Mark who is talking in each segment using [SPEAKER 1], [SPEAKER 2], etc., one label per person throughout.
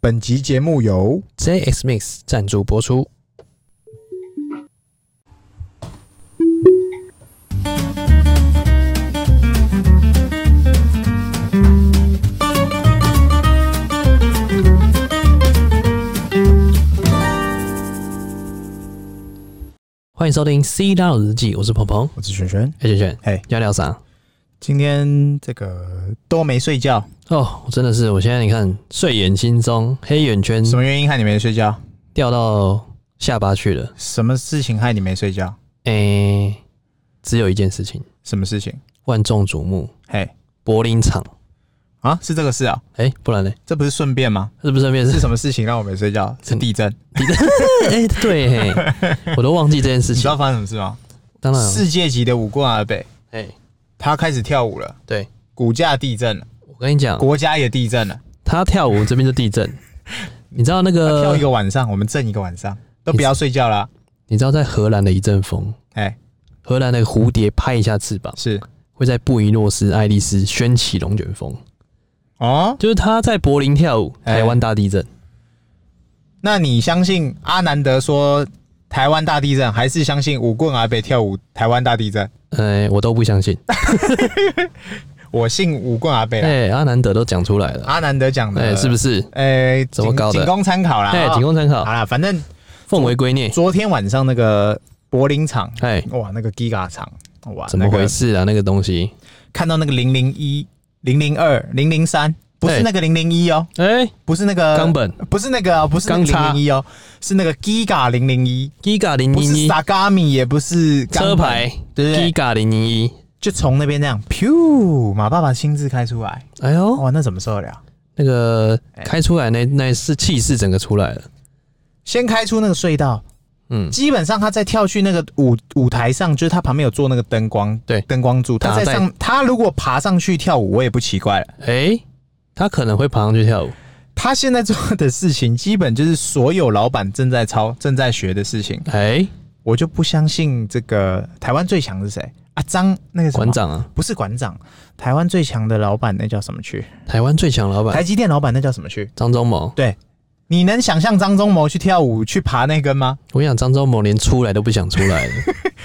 [SPEAKER 1] 本集节目由
[SPEAKER 2] JX Mix 赞助播出。欢迎收听《C 大佬日记》，我是鹏鹏。
[SPEAKER 1] 我是璇璇。
[SPEAKER 2] 哎、璇璇，
[SPEAKER 1] 嘿，
[SPEAKER 2] 要聊啥？
[SPEAKER 1] 今天这个都没睡觉，
[SPEAKER 2] 哦，我真的是，我现在你看，睡眼惺忪，黑眼圈
[SPEAKER 1] 什么原因害你没睡觉？
[SPEAKER 2] 掉到下巴去了。
[SPEAKER 1] 什么事情害你没睡觉？
[SPEAKER 2] 诶、只有一件事情，
[SPEAKER 1] 什么事情？
[SPEAKER 2] 万众瞩目，
[SPEAKER 1] 嘿，
[SPEAKER 2] 柏林场。
[SPEAKER 1] 啊，是这个事啊？
[SPEAKER 2] 诶、不然呢？
[SPEAKER 1] 这不是顺便 吗？
[SPEAKER 2] 是不是顺便
[SPEAKER 1] 是
[SPEAKER 2] 是？
[SPEAKER 1] 什么事情让我没睡觉？是地震。
[SPEAKER 2] 诶、对嘿，我都忘记这件事
[SPEAKER 1] 你知
[SPEAKER 2] 情
[SPEAKER 1] 道。发生什么事吗？
[SPEAKER 2] 当然，
[SPEAKER 1] 世界级的舞棍阿北，
[SPEAKER 2] 哎、
[SPEAKER 1] 他开始跳舞了，
[SPEAKER 2] 对，
[SPEAKER 1] 股价地震了，
[SPEAKER 2] 我跟你讲，
[SPEAKER 1] 国家也地震了，
[SPEAKER 2] 他跳舞这边就地震。你知道那
[SPEAKER 1] 他跳
[SPEAKER 2] 个
[SPEAKER 1] 一？个晚上，我们震一个晚上，都不要睡觉啦。
[SPEAKER 2] 你知道在荷兰的一阵风，
[SPEAKER 1] 哎，
[SPEAKER 2] 荷兰的蝴蝶拍一下翅膀，
[SPEAKER 1] 是
[SPEAKER 2] 会在布宜诺斯艾利斯掀起龙卷风。
[SPEAKER 1] 哦，
[SPEAKER 2] 就是他在柏林跳舞，
[SPEAKER 1] 哎
[SPEAKER 2] 台湾大地震。
[SPEAKER 1] 那你相信阿南德说台湾大地震，还是相信舞棍阿北跳舞台湾大地震？
[SPEAKER 2] 哎、我都不相信。
[SPEAKER 1] 我信舞棍阿北啦，啊
[SPEAKER 2] 哎、阿南德都讲出来了，
[SPEAKER 1] 阿南德讲的，
[SPEAKER 2] 哎、是不？是？
[SPEAKER 1] 哎，
[SPEAKER 2] 怎么
[SPEAKER 1] 仅
[SPEAKER 2] 搞的
[SPEAKER 1] 仅供参考啦。
[SPEAKER 2] 哎、
[SPEAKER 1] 哦
[SPEAKER 2] 仅供参考
[SPEAKER 1] 好，啦，反正
[SPEAKER 2] 奉为圭臬。
[SPEAKER 1] 昨天晚上那个柏林场，
[SPEAKER 2] 哎、
[SPEAKER 1] 哇，那个 Giga 场，哇，
[SPEAKER 2] 怎么
[SPEAKER 1] 那个
[SPEAKER 2] 回事啊？那个东西，
[SPEAKER 1] 看到那个零零一、零零二、零零三，不是
[SPEAKER 2] 对
[SPEAKER 1] 那个零零一哦，
[SPEAKER 2] 哎、
[SPEAKER 1] 不是那个
[SPEAKER 2] 冈本
[SPEAKER 1] 不是那个哦，不是零
[SPEAKER 2] 钢叉
[SPEAKER 1] 零一哦，是那个 Giga 零零一，
[SPEAKER 2] Giga 零
[SPEAKER 1] 不
[SPEAKER 2] 零
[SPEAKER 1] 是
[SPEAKER 2] 一
[SPEAKER 1] Sagami，也不是冈
[SPEAKER 2] 车
[SPEAKER 1] 本
[SPEAKER 2] 牌，
[SPEAKER 1] 对不对？
[SPEAKER 2] Giga 零零一，
[SPEAKER 1] 就从那边那样，噗，马爸爸亲自开出来，
[SPEAKER 2] 哎呦，
[SPEAKER 1] 哇，那怎么受得了？
[SPEAKER 2] 那个开出来那那是气势整个出来了，
[SPEAKER 1] 先开出那个隧道，
[SPEAKER 2] 嗯，
[SPEAKER 1] 基本上他再跳去那个舞舞台上，就是他旁边有做那个灯光，
[SPEAKER 2] 对
[SPEAKER 1] 灯光柱，他
[SPEAKER 2] 打
[SPEAKER 1] 在
[SPEAKER 2] 在
[SPEAKER 1] 上，他如果爬上去跳舞，我也不奇怪了。
[SPEAKER 2] 哎、他可能会爬上去跳舞，
[SPEAKER 1] 他现在做的事情，基本就是所有老板正在抄、正在学的事情。
[SPEAKER 2] 哎、
[SPEAKER 1] 我就不相信这个台湾最强是谁啊？张那个什么
[SPEAKER 2] 馆，长啊，
[SPEAKER 1] 不是馆长，台湾最强的老板那叫什么去？
[SPEAKER 2] 台湾最强老板
[SPEAKER 1] 台积电老板那叫什么去？
[SPEAKER 2] 张忠谋，
[SPEAKER 1] 你能想象张忠谋去跳舞去爬那根吗？
[SPEAKER 2] 我想张忠谋连出来都不想出来 了，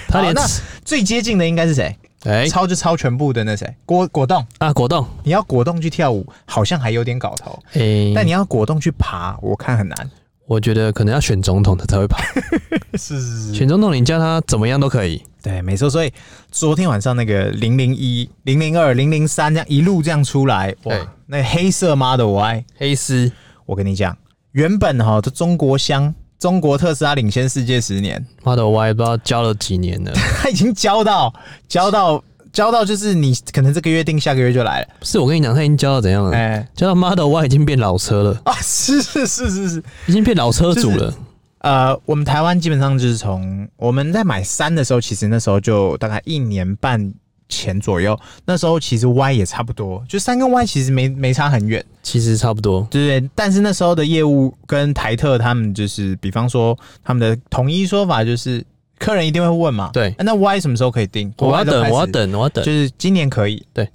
[SPEAKER 2] 他连
[SPEAKER 1] 好最接近的应该是谁？
[SPEAKER 2] 哎、
[SPEAKER 1] 抄就抄全部的那谁？果果冻，
[SPEAKER 2] 啊果冻，
[SPEAKER 1] 你要果冻去跳舞，好像还有点搞头，
[SPEAKER 2] 哎、
[SPEAKER 1] 但你要果冻去爬，我看很难。
[SPEAKER 2] 我觉得可能要选总统他才 会爬，
[SPEAKER 1] 是是是，
[SPEAKER 2] 选总统你叫他怎么样都可以，
[SPEAKER 1] 对，没错。所以昨天晚上那个零零一、零零二、零零三这样一路这样出来，哇
[SPEAKER 2] 对，
[SPEAKER 1] 那黑色 Model Y，
[SPEAKER 2] 黑丝，
[SPEAKER 1] 我跟你讲，原本哈这中国香。中国特斯拉领先世界十年，
[SPEAKER 2] 妈的，我也不知道教了几年了，
[SPEAKER 1] 它已经交到交到交到，就是你可能这个月定，下个月就来了。
[SPEAKER 2] 不是我跟你讲，他已经教到怎样了？
[SPEAKER 1] 哎、
[SPEAKER 2] 教到 Model Y 已经变老车了，
[SPEAKER 1] 啊，是是是是是，
[SPEAKER 2] 已经变老车主了。
[SPEAKER 1] 呃，我们台湾基本上就是从我们在买三的时候，其实那时候就大概一年半前左右，那时候其实 Y 也差不多，就三跟 Y 其实没没差很远，
[SPEAKER 2] 其实差不多，
[SPEAKER 1] 对不对？但是那时候的业务跟台特他们就是，比方说他们的统一说法就是，客人一定会问嘛，
[SPEAKER 2] 对
[SPEAKER 1] 啊那 Y 什么时候可以定？国
[SPEAKER 2] 我
[SPEAKER 1] 外
[SPEAKER 2] 要
[SPEAKER 1] 都开
[SPEAKER 2] 等，
[SPEAKER 1] 始
[SPEAKER 2] 我要，等，我要等
[SPEAKER 1] 就。是今年可以，
[SPEAKER 2] 对，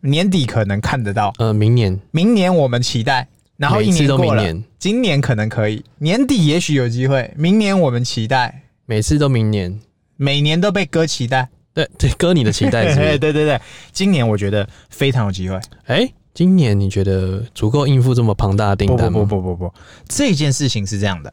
[SPEAKER 1] 年底可能看得到，
[SPEAKER 2] 呃，明年，
[SPEAKER 1] 明年我们期待，然后一
[SPEAKER 2] 每次
[SPEAKER 1] 年
[SPEAKER 2] 都
[SPEAKER 1] 过
[SPEAKER 2] 明
[SPEAKER 1] 了。
[SPEAKER 2] 年，
[SPEAKER 1] 今年可能可以，年底也许有机会，明年我们期待，
[SPEAKER 2] 每次都明年。
[SPEAKER 1] 每年都被割期待。
[SPEAKER 2] 对对，哥你的期待是不
[SPEAKER 1] 对
[SPEAKER 2] 是？
[SPEAKER 1] 对对，今年我觉得非常有机会。
[SPEAKER 2] 哎、今年你觉得足够应付这么庞大的订
[SPEAKER 1] 不不
[SPEAKER 2] 单吗？
[SPEAKER 1] 不不不不，这件事情是这样的，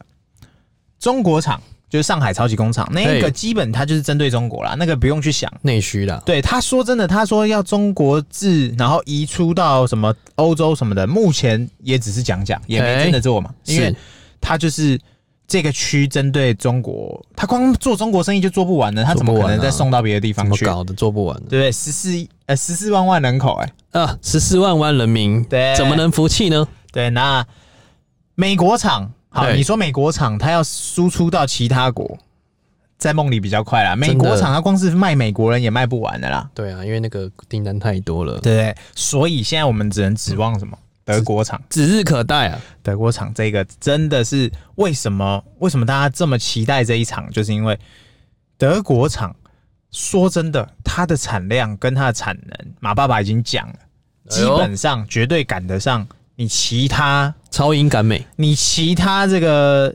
[SPEAKER 1] 中国厂就是上海超级工厂，那一个
[SPEAKER 2] 嘿
[SPEAKER 1] 基本它就是针对中国啦，那个不用去想。
[SPEAKER 2] 内需啦，
[SPEAKER 1] 对，他说真的，他说要中国制，然后移出到什么欧洲什么的，目前也只是讲讲，也没
[SPEAKER 2] 哎
[SPEAKER 1] 真的做嘛，因为
[SPEAKER 2] 是
[SPEAKER 1] 他就是这个区针对中国，他光做中国生意就做不完了，他怎么
[SPEAKER 2] 做不
[SPEAKER 1] 可
[SPEAKER 2] 完啊
[SPEAKER 1] 能再送到别的地
[SPEAKER 2] 怎
[SPEAKER 1] 方
[SPEAKER 2] 么
[SPEAKER 1] 去？
[SPEAKER 2] 搞的，做不完的
[SPEAKER 1] 对不对？十四呃十四万万人口、哎，
[SPEAKER 2] 啊！十四万万人民，
[SPEAKER 1] 对
[SPEAKER 2] 怎么能服气呢？
[SPEAKER 1] 对，那美国厂好，
[SPEAKER 2] 对
[SPEAKER 1] 你说美国厂它要输出到其他国，在梦里比较快啦。美
[SPEAKER 2] 真的
[SPEAKER 1] 国厂它光是卖美国人也卖不完的啦，
[SPEAKER 2] 对啊，因为那个订单太多了，
[SPEAKER 1] 对不对？所以现在我们只能指望什么？德国厂，
[SPEAKER 2] 指日可待啊！
[SPEAKER 1] 德国厂这个真的是为什么？为什么大家这么期待这一场？就是因为德国厂，说真的，它的产量跟它的产能，马爸爸已经讲了，
[SPEAKER 2] 哎
[SPEAKER 1] 基
[SPEAKER 2] 呦
[SPEAKER 1] 本上绝对赶得上你其他
[SPEAKER 2] 超英赶美，
[SPEAKER 1] 你其他这个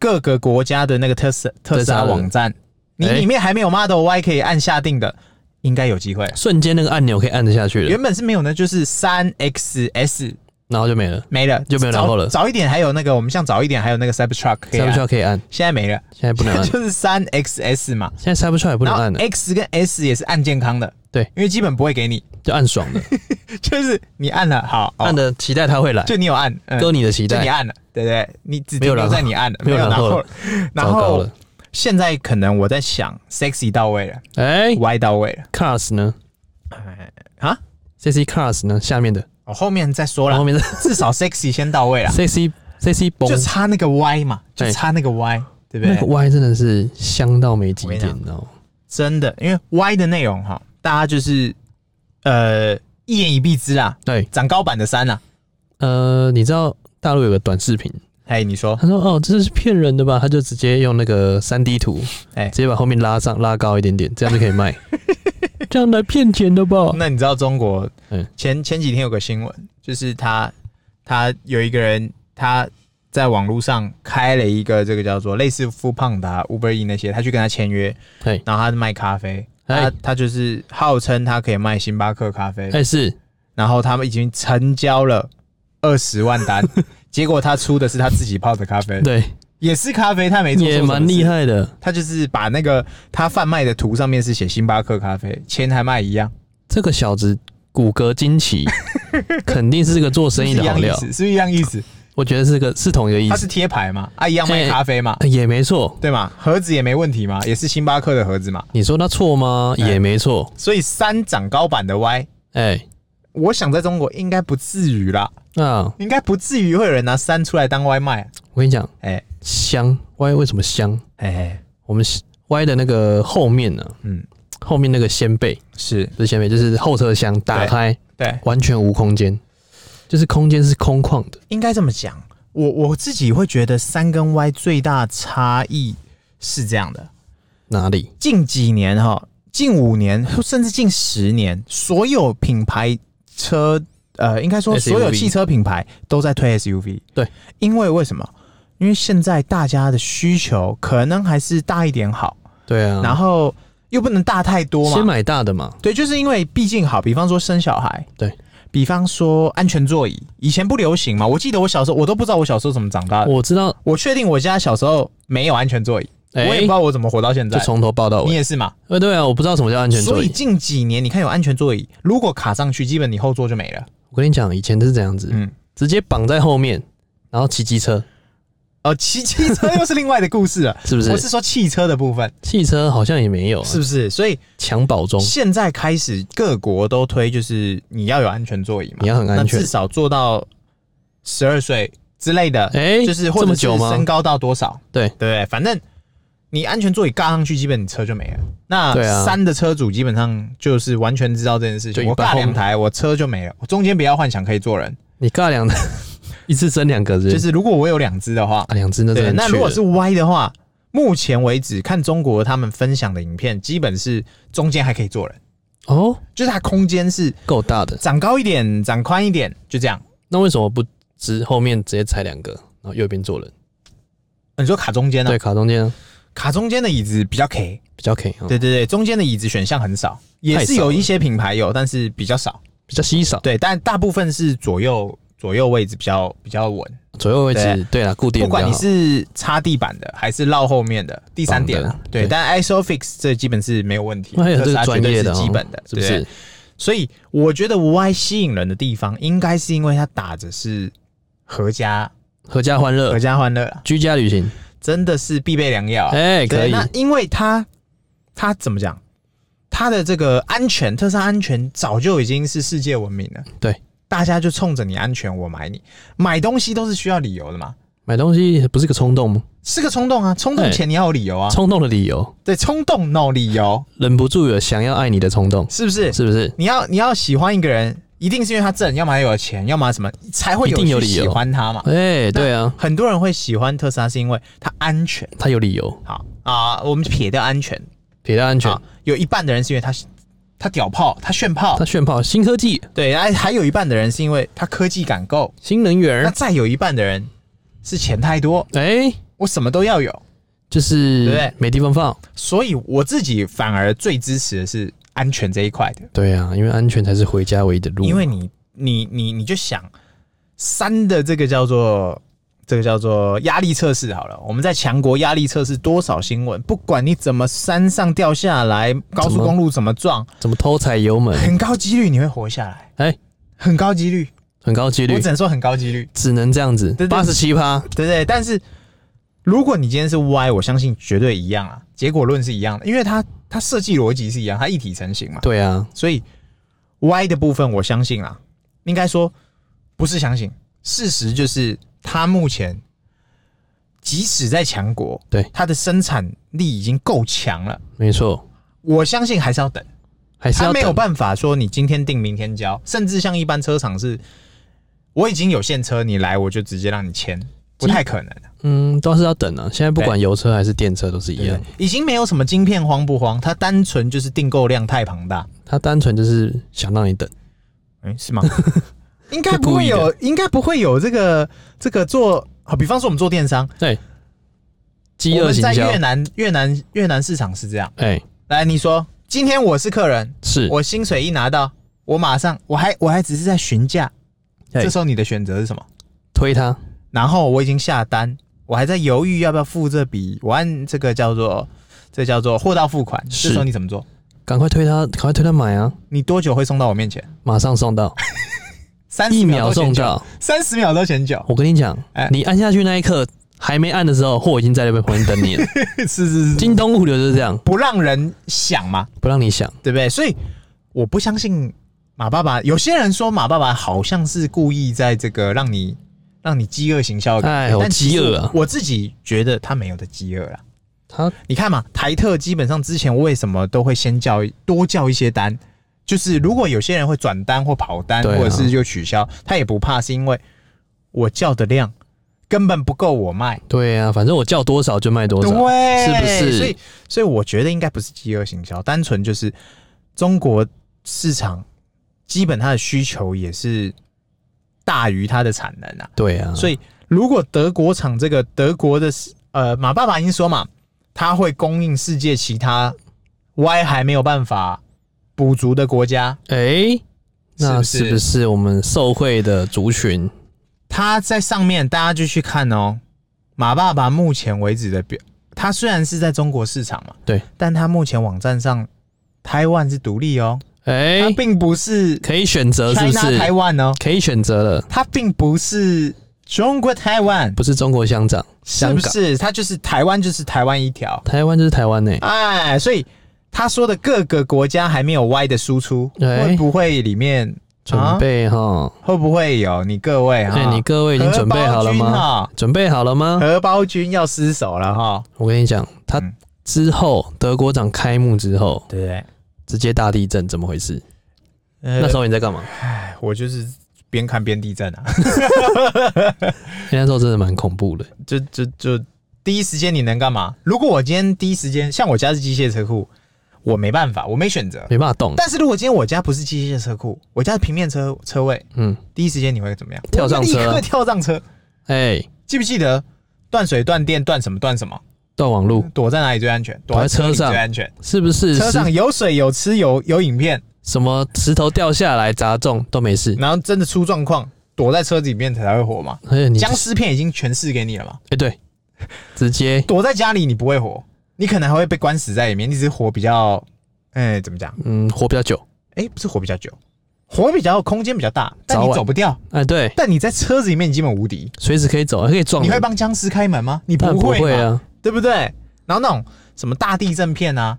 [SPEAKER 1] 各个国家的那个特斯特斯拉
[SPEAKER 2] 特斯拉的
[SPEAKER 1] 网站，你
[SPEAKER 2] 哎
[SPEAKER 1] 里面还没有 Model Y 可以按下定的，应该有机会。
[SPEAKER 2] 瞬间那个按钮可以按得下去了，
[SPEAKER 1] 原本是没有呢，就是三 XS
[SPEAKER 2] 然后就没了。
[SPEAKER 1] 没了，
[SPEAKER 2] 就没有然
[SPEAKER 1] 早
[SPEAKER 2] 后了
[SPEAKER 1] 早一点还有那个，我们像早一点还有那个 Cybertruck，可以
[SPEAKER 2] c y
[SPEAKER 1] 按
[SPEAKER 2] b e t r 可以按，
[SPEAKER 1] 现在没了，
[SPEAKER 2] 现在不 能按。
[SPEAKER 1] 就是三 XS 嘛。
[SPEAKER 2] 现在 c y b e t r 也不能
[SPEAKER 1] 然后
[SPEAKER 2] 按了，
[SPEAKER 1] X 跟 S 也是按健康的，
[SPEAKER 2] 对，
[SPEAKER 1] 因为基本不会给你，
[SPEAKER 2] 就按爽的，
[SPEAKER 1] 就是你按了好， 哦
[SPEAKER 2] 按的期待它会来，
[SPEAKER 1] 就你有按，嗯
[SPEAKER 2] 割你啊的期
[SPEAKER 1] 就你
[SPEAKER 2] 待，
[SPEAKER 1] 按了，对不对？你只
[SPEAKER 2] 没
[SPEAKER 1] 停留
[SPEAKER 2] 有然后
[SPEAKER 1] 在你按了，
[SPEAKER 2] 没有然后
[SPEAKER 1] 了
[SPEAKER 2] 了。
[SPEAKER 1] 然
[SPEAKER 2] 糟糕
[SPEAKER 1] 后
[SPEAKER 2] 了。
[SPEAKER 1] 现在可能我在想，sexy 到位了
[SPEAKER 2] 哎
[SPEAKER 1] ，Y 到位了，
[SPEAKER 2] ，Cars 呢
[SPEAKER 1] 哎啊，
[SPEAKER 2] ？CC Cars 呢？下面的，
[SPEAKER 1] 我哦后面再说
[SPEAKER 2] 后
[SPEAKER 1] 了，
[SPEAKER 2] 面的
[SPEAKER 1] 至少 sexy 先到 位了，
[SPEAKER 2] CC CC 崩
[SPEAKER 1] 就，差那个 Y 嘛，
[SPEAKER 2] 对
[SPEAKER 1] 就差那个 Y，对不
[SPEAKER 2] 那个
[SPEAKER 1] 对？
[SPEAKER 2] Y 真的是香到没极
[SPEAKER 1] 我跟你
[SPEAKER 2] 点
[SPEAKER 1] 讲，
[SPEAKER 2] 你知道吗？
[SPEAKER 1] 真的，因为 Y 的内容哈，大家就是呃一言以蔽之啦，
[SPEAKER 2] 对，
[SPEAKER 1] 长高版的山啦。
[SPEAKER 2] 呃，你知道大陆有个短视频，
[SPEAKER 1] 哎，你 说，
[SPEAKER 2] 他说哦，这是骗人的吧？他就直接用那个三 D 图，
[SPEAKER 1] 哎
[SPEAKER 2] 直接把后面拉上拉高一点点，这样就可以 卖，这样来骗钱的吧？
[SPEAKER 1] 那你知道中国
[SPEAKER 2] 嗯
[SPEAKER 1] 前前几天有个新闻，就是他他有一个人他在网络上开了一个这个叫做类似富胖达、Uber E 那些，他去跟他签约，
[SPEAKER 2] 哎
[SPEAKER 1] 然后他卖咖啡，他
[SPEAKER 2] 哎
[SPEAKER 1] 他就是号称他可以卖星巴克咖啡，
[SPEAKER 2] 哎是，
[SPEAKER 1] 然后他们已经成交了二十万单，结果他出的是他自己泡的咖啡，
[SPEAKER 2] 对，
[SPEAKER 1] 也是咖啡，他没哎做
[SPEAKER 2] 也蛮厉
[SPEAKER 1] 害。
[SPEAKER 2] 害的。
[SPEAKER 1] 他就是把那个他贩卖的图上面是写星巴克咖啡，钱还卖一样，
[SPEAKER 2] 这个小子骨骼 惊奇，肯定是个做
[SPEAKER 1] 是不是
[SPEAKER 2] 生意
[SPEAKER 1] 一
[SPEAKER 2] 的好
[SPEAKER 1] 样意
[SPEAKER 2] 料。
[SPEAKER 1] 思，是不是一样意思？
[SPEAKER 2] 我觉得是个是同一个意
[SPEAKER 1] 它
[SPEAKER 2] 思
[SPEAKER 1] 是，贴牌嘛，啊，一样卖
[SPEAKER 2] 嘿
[SPEAKER 1] 咖啡嘛，
[SPEAKER 2] 呃也没错。
[SPEAKER 1] 对嘛，盒子也没问题嘛，也是星巴克的盒子嘛，
[SPEAKER 2] 你说他错吗？
[SPEAKER 1] 哎
[SPEAKER 2] 也没错。
[SPEAKER 1] 所以三长高版的 Y，
[SPEAKER 2] 哎，
[SPEAKER 1] 我想在中国应该不至于啦，
[SPEAKER 2] 那
[SPEAKER 1] 应该不至于会有人拿三出来当外卖，
[SPEAKER 2] 我跟你讲，
[SPEAKER 1] 哎
[SPEAKER 2] 香 Y 为什么香？
[SPEAKER 1] 哎，
[SPEAKER 2] 我们 Y 的那个后面呢、
[SPEAKER 1] 嗯，
[SPEAKER 2] 后面那个掀背
[SPEAKER 1] 是
[SPEAKER 2] 不是掀背，就是后车厢打开，
[SPEAKER 1] 对，
[SPEAKER 2] 完全无空间，就是空间是空旷的。
[SPEAKER 1] 应该这么讲，我我自己会觉得三跟 Y 最大差异是这样的，
[SPEAKER 2] 哪里？
[SPEAKER 1] 近几年哈，近五年甚至近十年，所有品牌车，呃，应该说
[SPEAKER 2] SUV
[SPEAKER 1] 所有汽车品牌都在推 SUV。
[SPEAKER 2] 对，
[SPEAKER 1] 因为为什么？因为现在大家的需求可能还是大一点好，
[SPEAKER 2] 对啊，
[SPEAKER 1] 然后又不能大太多
[SPEAKER 2] 先
[SPEAKER 1] 嘛。
[SPEAKER 2] 买大的嘛。
[SPEAKER 1] 对，就是因为毕竟好，比方说生小孩，
[SPEAKER 2] 对，
[SPEAKER 1] 比方说安全座椅，以前不流行嘛。我记得我小时候，我都不知道我小时候怎么长大的。
[SPEAKER 2] 我知道，
[SPEAKER 1] 我确定我家小时候没有安全座椅，
[SPEAKER 2] 哎、
[SPEAKER 1] 我也不知道我怎么活到现
[SPEAKER 2] 就
[SPEAKER 1] 在。
[SPEAKER 2] 从头报到
[SPEAKER 1] 你
[SPEAKER 2] 尾。
[SPEAKER 1] 也是嘛？
[SPEAKER 2] 呃，对啊，我不知道什么叫安全座
[SPEAKER 1] 所以
[SPEAKER 2] 椅。
[SPEAKER 1] 近几年你看有安全座椅，如果卡上去，基本你后座就没了。
[SPEAKER 2] 我跟你讲，以前都是这样子，
[SPEAKER 1] 嗯，
[SPEAKER 2] 直接绑在后面，然后骑机车，
[SPEAKER 1] 哦，骑 汽车又是另外的故事了。
[SPEAKER 2] 是不
[SPEAKER 1] 我
[SPEAKER 2] 是？
[SPEAKER 1] 是说汽车的部分，
[SPEAKER 2] 汽车好像也没有、啊，
[SPEAKER 1] 是不是？所以
[SPEAKER 2] 襁褓中，
[SPEAKER 1] 现在开始各国都推，就是你要有安全座椅嘛
[SPEAKER 2] 你，要很
[SPEAKER 1] 那
[SPEAKER 2] 安全
[SPEAKER 1] 至。少做到十二岁之类的，
[SPEAKER 2] 哎、
[SPEAKER 1] 就是或
[SPEAKER 2] 这
[SPEAKER 1] 者
[SPEAKER 2] 么
[SPEAKER 1] 是
[SPEAKER 2] 久吗
[SPEAKER 1] 身？高到多少？
[SPEAKER 2] 对
[SPEAKER 1] 对不对，反正你安全座椅尬上去，基本你车就没了。那
[SPEAKER 2] 对啊
[SPEAKER 1] 三的车主基本上就是完全知道这件事
[SPEAKER 2] 就
[SPEAKER 1] 情，
[SPEAKER 2] 一
[SPEAKER 1] 我
[SPEAKER 2] 半
[SPEAKER 1] 尬
[SPEAKER 2] 后
[SPEAKER 1] 两台，我车就没了，我中间不要幻想可以做人。
[SPEAKER 2] 你尬两 一次生两个是不是，
[SPEAKER 1] 就是如果我有两只的话，
[SPEAKER 2] 啊两只那真
[SPEAKER 1] 对，
[SPEAKER 2] 的很
[SPEAKER 1] 那
[SPEAKER 2] 缺
[SPEAKER 1] 如果
[SPEAKER 2] 了
[SPEAKER 1] 是 Y 的话，目前为止看中国他们分享的影片，基本是中间还可以坐人，
[SPEAKER 2] 哦
[SPEAKER 1] 就是它空间是
[SPEAKER 2] 够大的，
[SPEAKER 1] 长高一点、长宽一点，就这样。
[SPEAKER 2] 那为什么不直后面直接踩两个，然后右边坐人？
[SPEAKER 1] 你说卡中间呢、
[SPEAKER 2] 对，卡中间啊
[SPEAKER 1] 卡中间的椅子比较 K，
[SPEAKER 2] 比较可以，嗯
[SPEAKER 1] 对对对，中间的椅子选项很少，也
[SPEAKER 2] 太
[SPEAKER 1] 是
[SPEAKER 2] 少
[SPEAKER 1] 有
[SPEAKER 2] 了
[SPEAKER 1] 一些品牌有，但是比较少。
[SPEAKER 2] 比较稀少，
[SPEAKER 1] 对，但大部分是左右左右位置比较比较稳，
[SPEAKER 2] 左右位
[SPEAKER 1] 对
[SPEAKER 2] 置对啦，固定啊
[SPEAKER 1] 不
[SPEAKER 2] 比较
[SPEAKER 1] 管你
[SPEAKER 2] 好。
[SPEAKER 1] 是插地板的还是绕后面的，第三点啊
[SPEAKER 2] 绑，的
[SPEAKER 1] 对，
[SPEAKER 2] 对
[SPEAKER 1] 但 ISOFIX 这基本是没有问题，
[SPEAKER 2] 那还有
[SPEAKER 1] 特
[SPEAKER 2] 这
[SPEAKER 1] 斯
[SPEAKER 2] 个
[SPEAKER 1] 拉绝
[SPEAKER 2] 专
[SPEAKER 1] 对
[SPEAKER 2] 业的、
[SPEAKER 1] 是
[SPEAKER 2] 哦，
[SPEAKER 1] 基本的，
[SPEAKER 2] 是不
[SPEAKER 1] 对
[SPEAKER 2] 是？
[SPEAKER 1] 所以我觉得 Y 吸引人的地方，应该是因为它打着是合家、
[SPEAKER 2] 合家欢乐
[SPEAKER 1] 合，家欢乐啊，
[SPEAKER 2] 居家旅行，
[SPEAKER 1] 真的是必备良药啊。
[SPEAKER 2] 哎、
[SPEAKER 1] 对
[SPEAKER 2] 可以，
[SPEAKER 1] 那因为它它怎么讲，它的这个安全，特斯拉安全早就已经是世界闻名了。
[SPEAKER 2] 对，
[SPEAKER 1] 大家就冲着你安全，我买你。买东西都是需要理由的嘛，
[SPEAKER 2] 买东西不是个冲动吗？
[SPEAKER 1] 是个冲动啊，冲
[SPEAKER 2] 哎
[SPEAKER 1] 动前你要有理由啊。
[SPEAKER 2] 冲动的理由，
[SPEAKER 1] 对，冲动 no 理由，
[SPEAKER 2] 忍不住有想要爱你的冲动，
[SPEAKER 1] 是不是？
[SPEAKER 2] 是不是？
[SPEAKER 1] 你要你要喜欢一个人，一定是因为他正，要么有钱，要么什么，才会
[SPEAKER 2] 一定有
[SPEAKER 1] 去
[SPEAKER 2] 理由
[SPEAKER 1] 喜欢他嘛。
[SPEAKER 2] 哎、对啊，
[SPEAKER 1] 很多人会喜欢特斯拉，是因为它安全。
[SPEAKER 2] 他有理由，
[SPEAKER 1] 好啊，我们撇掉安全，
[SPEAKER 2] 撇掉安全
[SPEAKER 1] 啊，有一半的人是因为它他屌炮，他炫炮
[SPEAKER 2] 它，炫炮新科技、
[SPEAKER 1] 对，还还有一半的人是因为他科技感够，
[SPEAKER 2] 新能
[SPEAKER 1] 那
[SPEAKER 2] 源，
[SPEAKER 1] 再有一半的人是钱太多，
[SPEAKER 2] 哎、
[SPEAKER 1] 我什么都要有，
[SPEAKER 2] 就
[SPEAKER 1] 对不对
[SPEAKER 2] 是没地方放。
[SPEAKER 1] 所以我自己反而最支持的是安全这一块的，
[SPEAKER 2] 对啊，因为安全才是回家唯一的路。
[SPEAKER 1] 因为你你你你就想三的这个叫做这个叫做压力测试好了，我们在强国压力测试多少新闻，不管你怎么山上掉下来，高速公路怎么撞，
[SPEAKER 2] 怎么偷踩油门，
[SPEAKER 1] 很高几率你会活下来，
[SPEAKER 2] 哎
[SPEAKER 1] 很高几率，
[SPEAKER 2] 很高几率
[SPEAKER 1] 我只，能说很高几率，
[SPEAKER 2] 只能这样子
[SPEAKER 1] 对，对
[SPEAKER 2] 八十七趴。
[SPEAKER 1] 对不对？但是如果你今天是 Y，我相信绝对一样啊，结果论是一样的，因为它它设计逻辑是一样，它一体成型嘛，
[SPEAKER 2] 对啊，
[SPEAKER 1] 所以 Y 的部分我相信啊，应该说不是相信，事实就是它目前即使在强国，
[SPEAKER 2] 对
[SPEAKER 1] 它的生产力已经够强了，
[SPEAKER 2] 没错，
[SPEAKER 1] 我相信还是要等，
[SPEAKER 2] 还是
[SPEAKER 1] 它
[SPEAKER 2] 要
[SPEAKER 1] 没有
[SPEAKER 2] 等。
[SPEAKER 1] 办法说你今天订明天交，甚至像一般车厂是，我已经有现车，你来我就直接让你签，不太可能。
[SPEAKER 2] 嗯，都是要等啊。现在不管油车还是电车都是一样，
[SPEAKER 1] 已经没有什么晶片慌不慌，它单纯就是订购量太庞大，
[SPEAKER 2] 它单纯就是想让你等。
[SPEAKER 1] 嗯，是吗？ 应该不会
[SPEAKER 2] 是
[SPEAKER 1] 有，应该不会有这个这个做好，比方说我们做电商，
[SPEAKER 2] 对，饥
[SPEAKER 1] 我
[SPEAKER 2] 饿
[SPEAKER 1] 们
[SPEAKER 2] 行
[SPEAKER 1] 在
[SPEAKER 2] 销
[SPEAKER 1] 越。南越南越南市场是这样，
[SPEAKER 2] 哎、
[SPEAKER 1] 来你说，今天我是客人，
[SPEAKER 2] 是
[SPEAKER 1] 我薪水一拿到，我马上我还我还只是在询价，
[SPEAKER 2] 哎
[SPEAKER 1] 这时候你的选择是什么？
[SPEAKER 2] 推它，
[SPEAKER 1] 然后我已经下单，我还在犹豫要不要付这笔，我按这个叫做这叫做货到付款，
[SPEAKER 2] 是
[SPEAKER 1] 这时候你怎么做？
[SPEAKER 2] 赶快推它，赶快推它买啊！
[SPEAKER 1] 你多久会送到我面前？
[SPEAKER 2] 马上 送到，
[SPEAKER 1] 三
[SPEAKER 2] 一
[SPEAKER 1] 十
[SPEAKER 2] 秒送
[SPEAKER 1] 到。
[SPEAKER 2] 到。
[SPEAKER 1] 三十秒都嫌久，
[SPEAKER 2] 我跟你讲
[SPEAKER 1] 哎，
[SPEAKER 2] 你按下去那一刻，还没按的时候，货已经在那边旁边等 你了。
[SPEAKER 1] 是是是，
[SPEAKER 2] 京东物流就是这样，
[SPEAKER 1] 不让人想嘛，
[SPEAKER 2] 不让你想。
[SPEAKER 1] 对不对？所以我不相信马爸爸。有些人说马爸爸好像是故意在这个让你让你饥饿行销的感
[SPEAKER 2] 哎
[SPEAKER 1] 觉，
[SPEAKER 2] 呦
[SPEAKER 1] 但其实
[SPEAKER 2] 饥饿啊
[SPEAKER 1] 我自己觉得他没有的饥饿啦。
[SPEAKER 2] 它
[SPEAKER 1] 你看嘛，台特基本上之前为什么都会先叫多叫一些单，就是如果有些人会转单或跑单，
[SPEAKER 2] 对啊
[SPEAKER 1] 或者是就取消，他也不怕，是因为我叫的量根本不够我卖。
[SPEAKER 2] 对啊，反正我叫多少就卖多少，
[SPEAKER 1] 对，
[SPEAKER 2] 是不是
[SPEAKER 1] 所以，所以我觉得应该不是饥饿行销，单纯就是中国市场基本它的需求也是大于它的产能啊。
[SPEAKER 2] 对啊，
[SPEAKER 1] 所以，如果德国厂这个德国的呃马爸爸已经说嘛，他会供应世界其他 Y 还没有办法补足的国家，
[SPEAKER 2] 哎、那
[SPEAKER 1] 是不
[SPEAKER 2] 是
[SPEAKER 1] 是
[SPEAKER 2] 不是我们受贿的族群？
[SPEAKER 1] 他在上面大家就去看哦。马爸爸目前为止的表，他虽然是在中国市场嘛，
[SPEAKER 2] 对，
[SPEAKER 1] 但他目前网站上台湾是独立哦，
[SPEAKER 2] 哎、
[SPEAKER 1] 他并不是
[SPEAKER 2] 可以选择是不
[SPEAKER 1] China 台
[SPEAKER 2] 是？
[SPEAKER 1] 湾哦，
[SPEAKER 2] 可以选择了，
[SPEAKER 1] 他并不是中国台湾，
[SPEAKER 2] 不是中国香港，
[SPEAKER 1] 是
[SPEAKER 2] 香
[SPEAKER 1] 不
[SPEAKER 2] 港，
[SPEAKER 1] 是？他就是台湾，就是台湾一条，
[SPEAKER 2] 台湾就是台湾呢、
[SPEAKER 1] 哎，所以他说的各个国家还没有 Y 的输出，
[SPEAKER 2] 哎
[SPEAKER 1] 会不会里面
[SPEAKER 2] 准备哈，
[SPEAKER 1] 会不会有你各位
[SPEAKER 2] 哎、
[SPEAKER 1] 哈？
[SPEAKER 2] 你各位已经准备好了
[SPEAKER 1] 啊荷包君啊
[SPEAKER 2] 吗？
[SPEAKER 1] 哈
[SPEAKER 2] 准备好了吗？
[SPEAKER 1] 荷包君要失手了哈，
[SPEAKER 2] 我跟你讲，他
[SPEAKER 1] 嗯
[SPEAKER 2] 之后德国长开幕之后，
[SPEAKER 1] 对不对？
[SPEAKER 2] 直接大地震，怎么回事？
[SPEAKER 1] 那
[SPEAKER 2] 那时候你在干嘛？
[SPEAKER 1] 哎我就是边看边地震啊，
[SPEAKER 2] 你那时候真的蛮恐怖的，
[SPEAKER 1] 就就就第一时间你能干嘛？如果我今天第一时间，像我家是机械车库，我没办法，我没选择。
[SPEAKER 2] 没办法动。
[SPEAKER 1] 但是如果今天我家不是机械车库，我家是平面车车位，
[SPEAKER 2] 嗯，
[SPEAKER 1] 第一时间你会怎么样？
[SPEAKER 2] 跳上车啊
[SPEAKER 1] 我立刻跳上车。
[SPEAKER 2] 哎、
[SPEAKER 1] 记不记得断水、断电、断什么、断什么？
[SPEAKER 2] 断网路
[SPEAKER 1] 躲在哪里最安全？躲
[SPEAKER 2] 躲在车
[SPEAKER 1] 里
[SPEAKER 2] 上
[SPEAKER 1] 最安全。
[SPEAKER 2] 是不是
[SPEAKER 1] 车
[SPEAKER 2] 石
[SPEAKER 1] 上有水、有吃、有有影片，
[SPEAKER 2] 什么石头掉下来砸中都没事？
[SPEAKER 1] 然后真的出状况，躲在车子里面才会活嘛。
[SPEAKER 2] 而哎且
[SPEAKER 1] 嗯
[SPEAKER 2] 你
[SPEAKER 1] 僵尸片已经诠释给你了嘛。
[SPEAKER 2] 哎、对，直接
[SPEAKER 1] 躲在家里你不会活，你可能还会被关死在里面，你只是活比较，哎、怎么讲？
[SPEAKER 2] 嗯活比较久。
[SPEAKER 1] 哎、不是活比较久，活比较空间比较大，但
[SPEAKER 2] 早
[SPEAKER 1] 你
[SPEAKER 2] 晚
[SPEAKER 1] 走不掉。
[SPEAKER 2] 哎、对，
[SPEAKER 1] 但你在车子里面你基本无敌，
[SPEAKER 2] 随时可以走，还可以撞
[SPEAKER 1] 你
[SPEAKER 2] 人。
[SPEAKER 1] 会帮僵尸开门吗？你
[SPEAKER 2] 当然
[SPEAKER 1] 会
[SPEAKER 2] 不
[SPEAKER 1] 嘛，
[SPEAKER 2] 会啊，
[SPEAKER 1] 对不对？然后那种什么大地震片啊，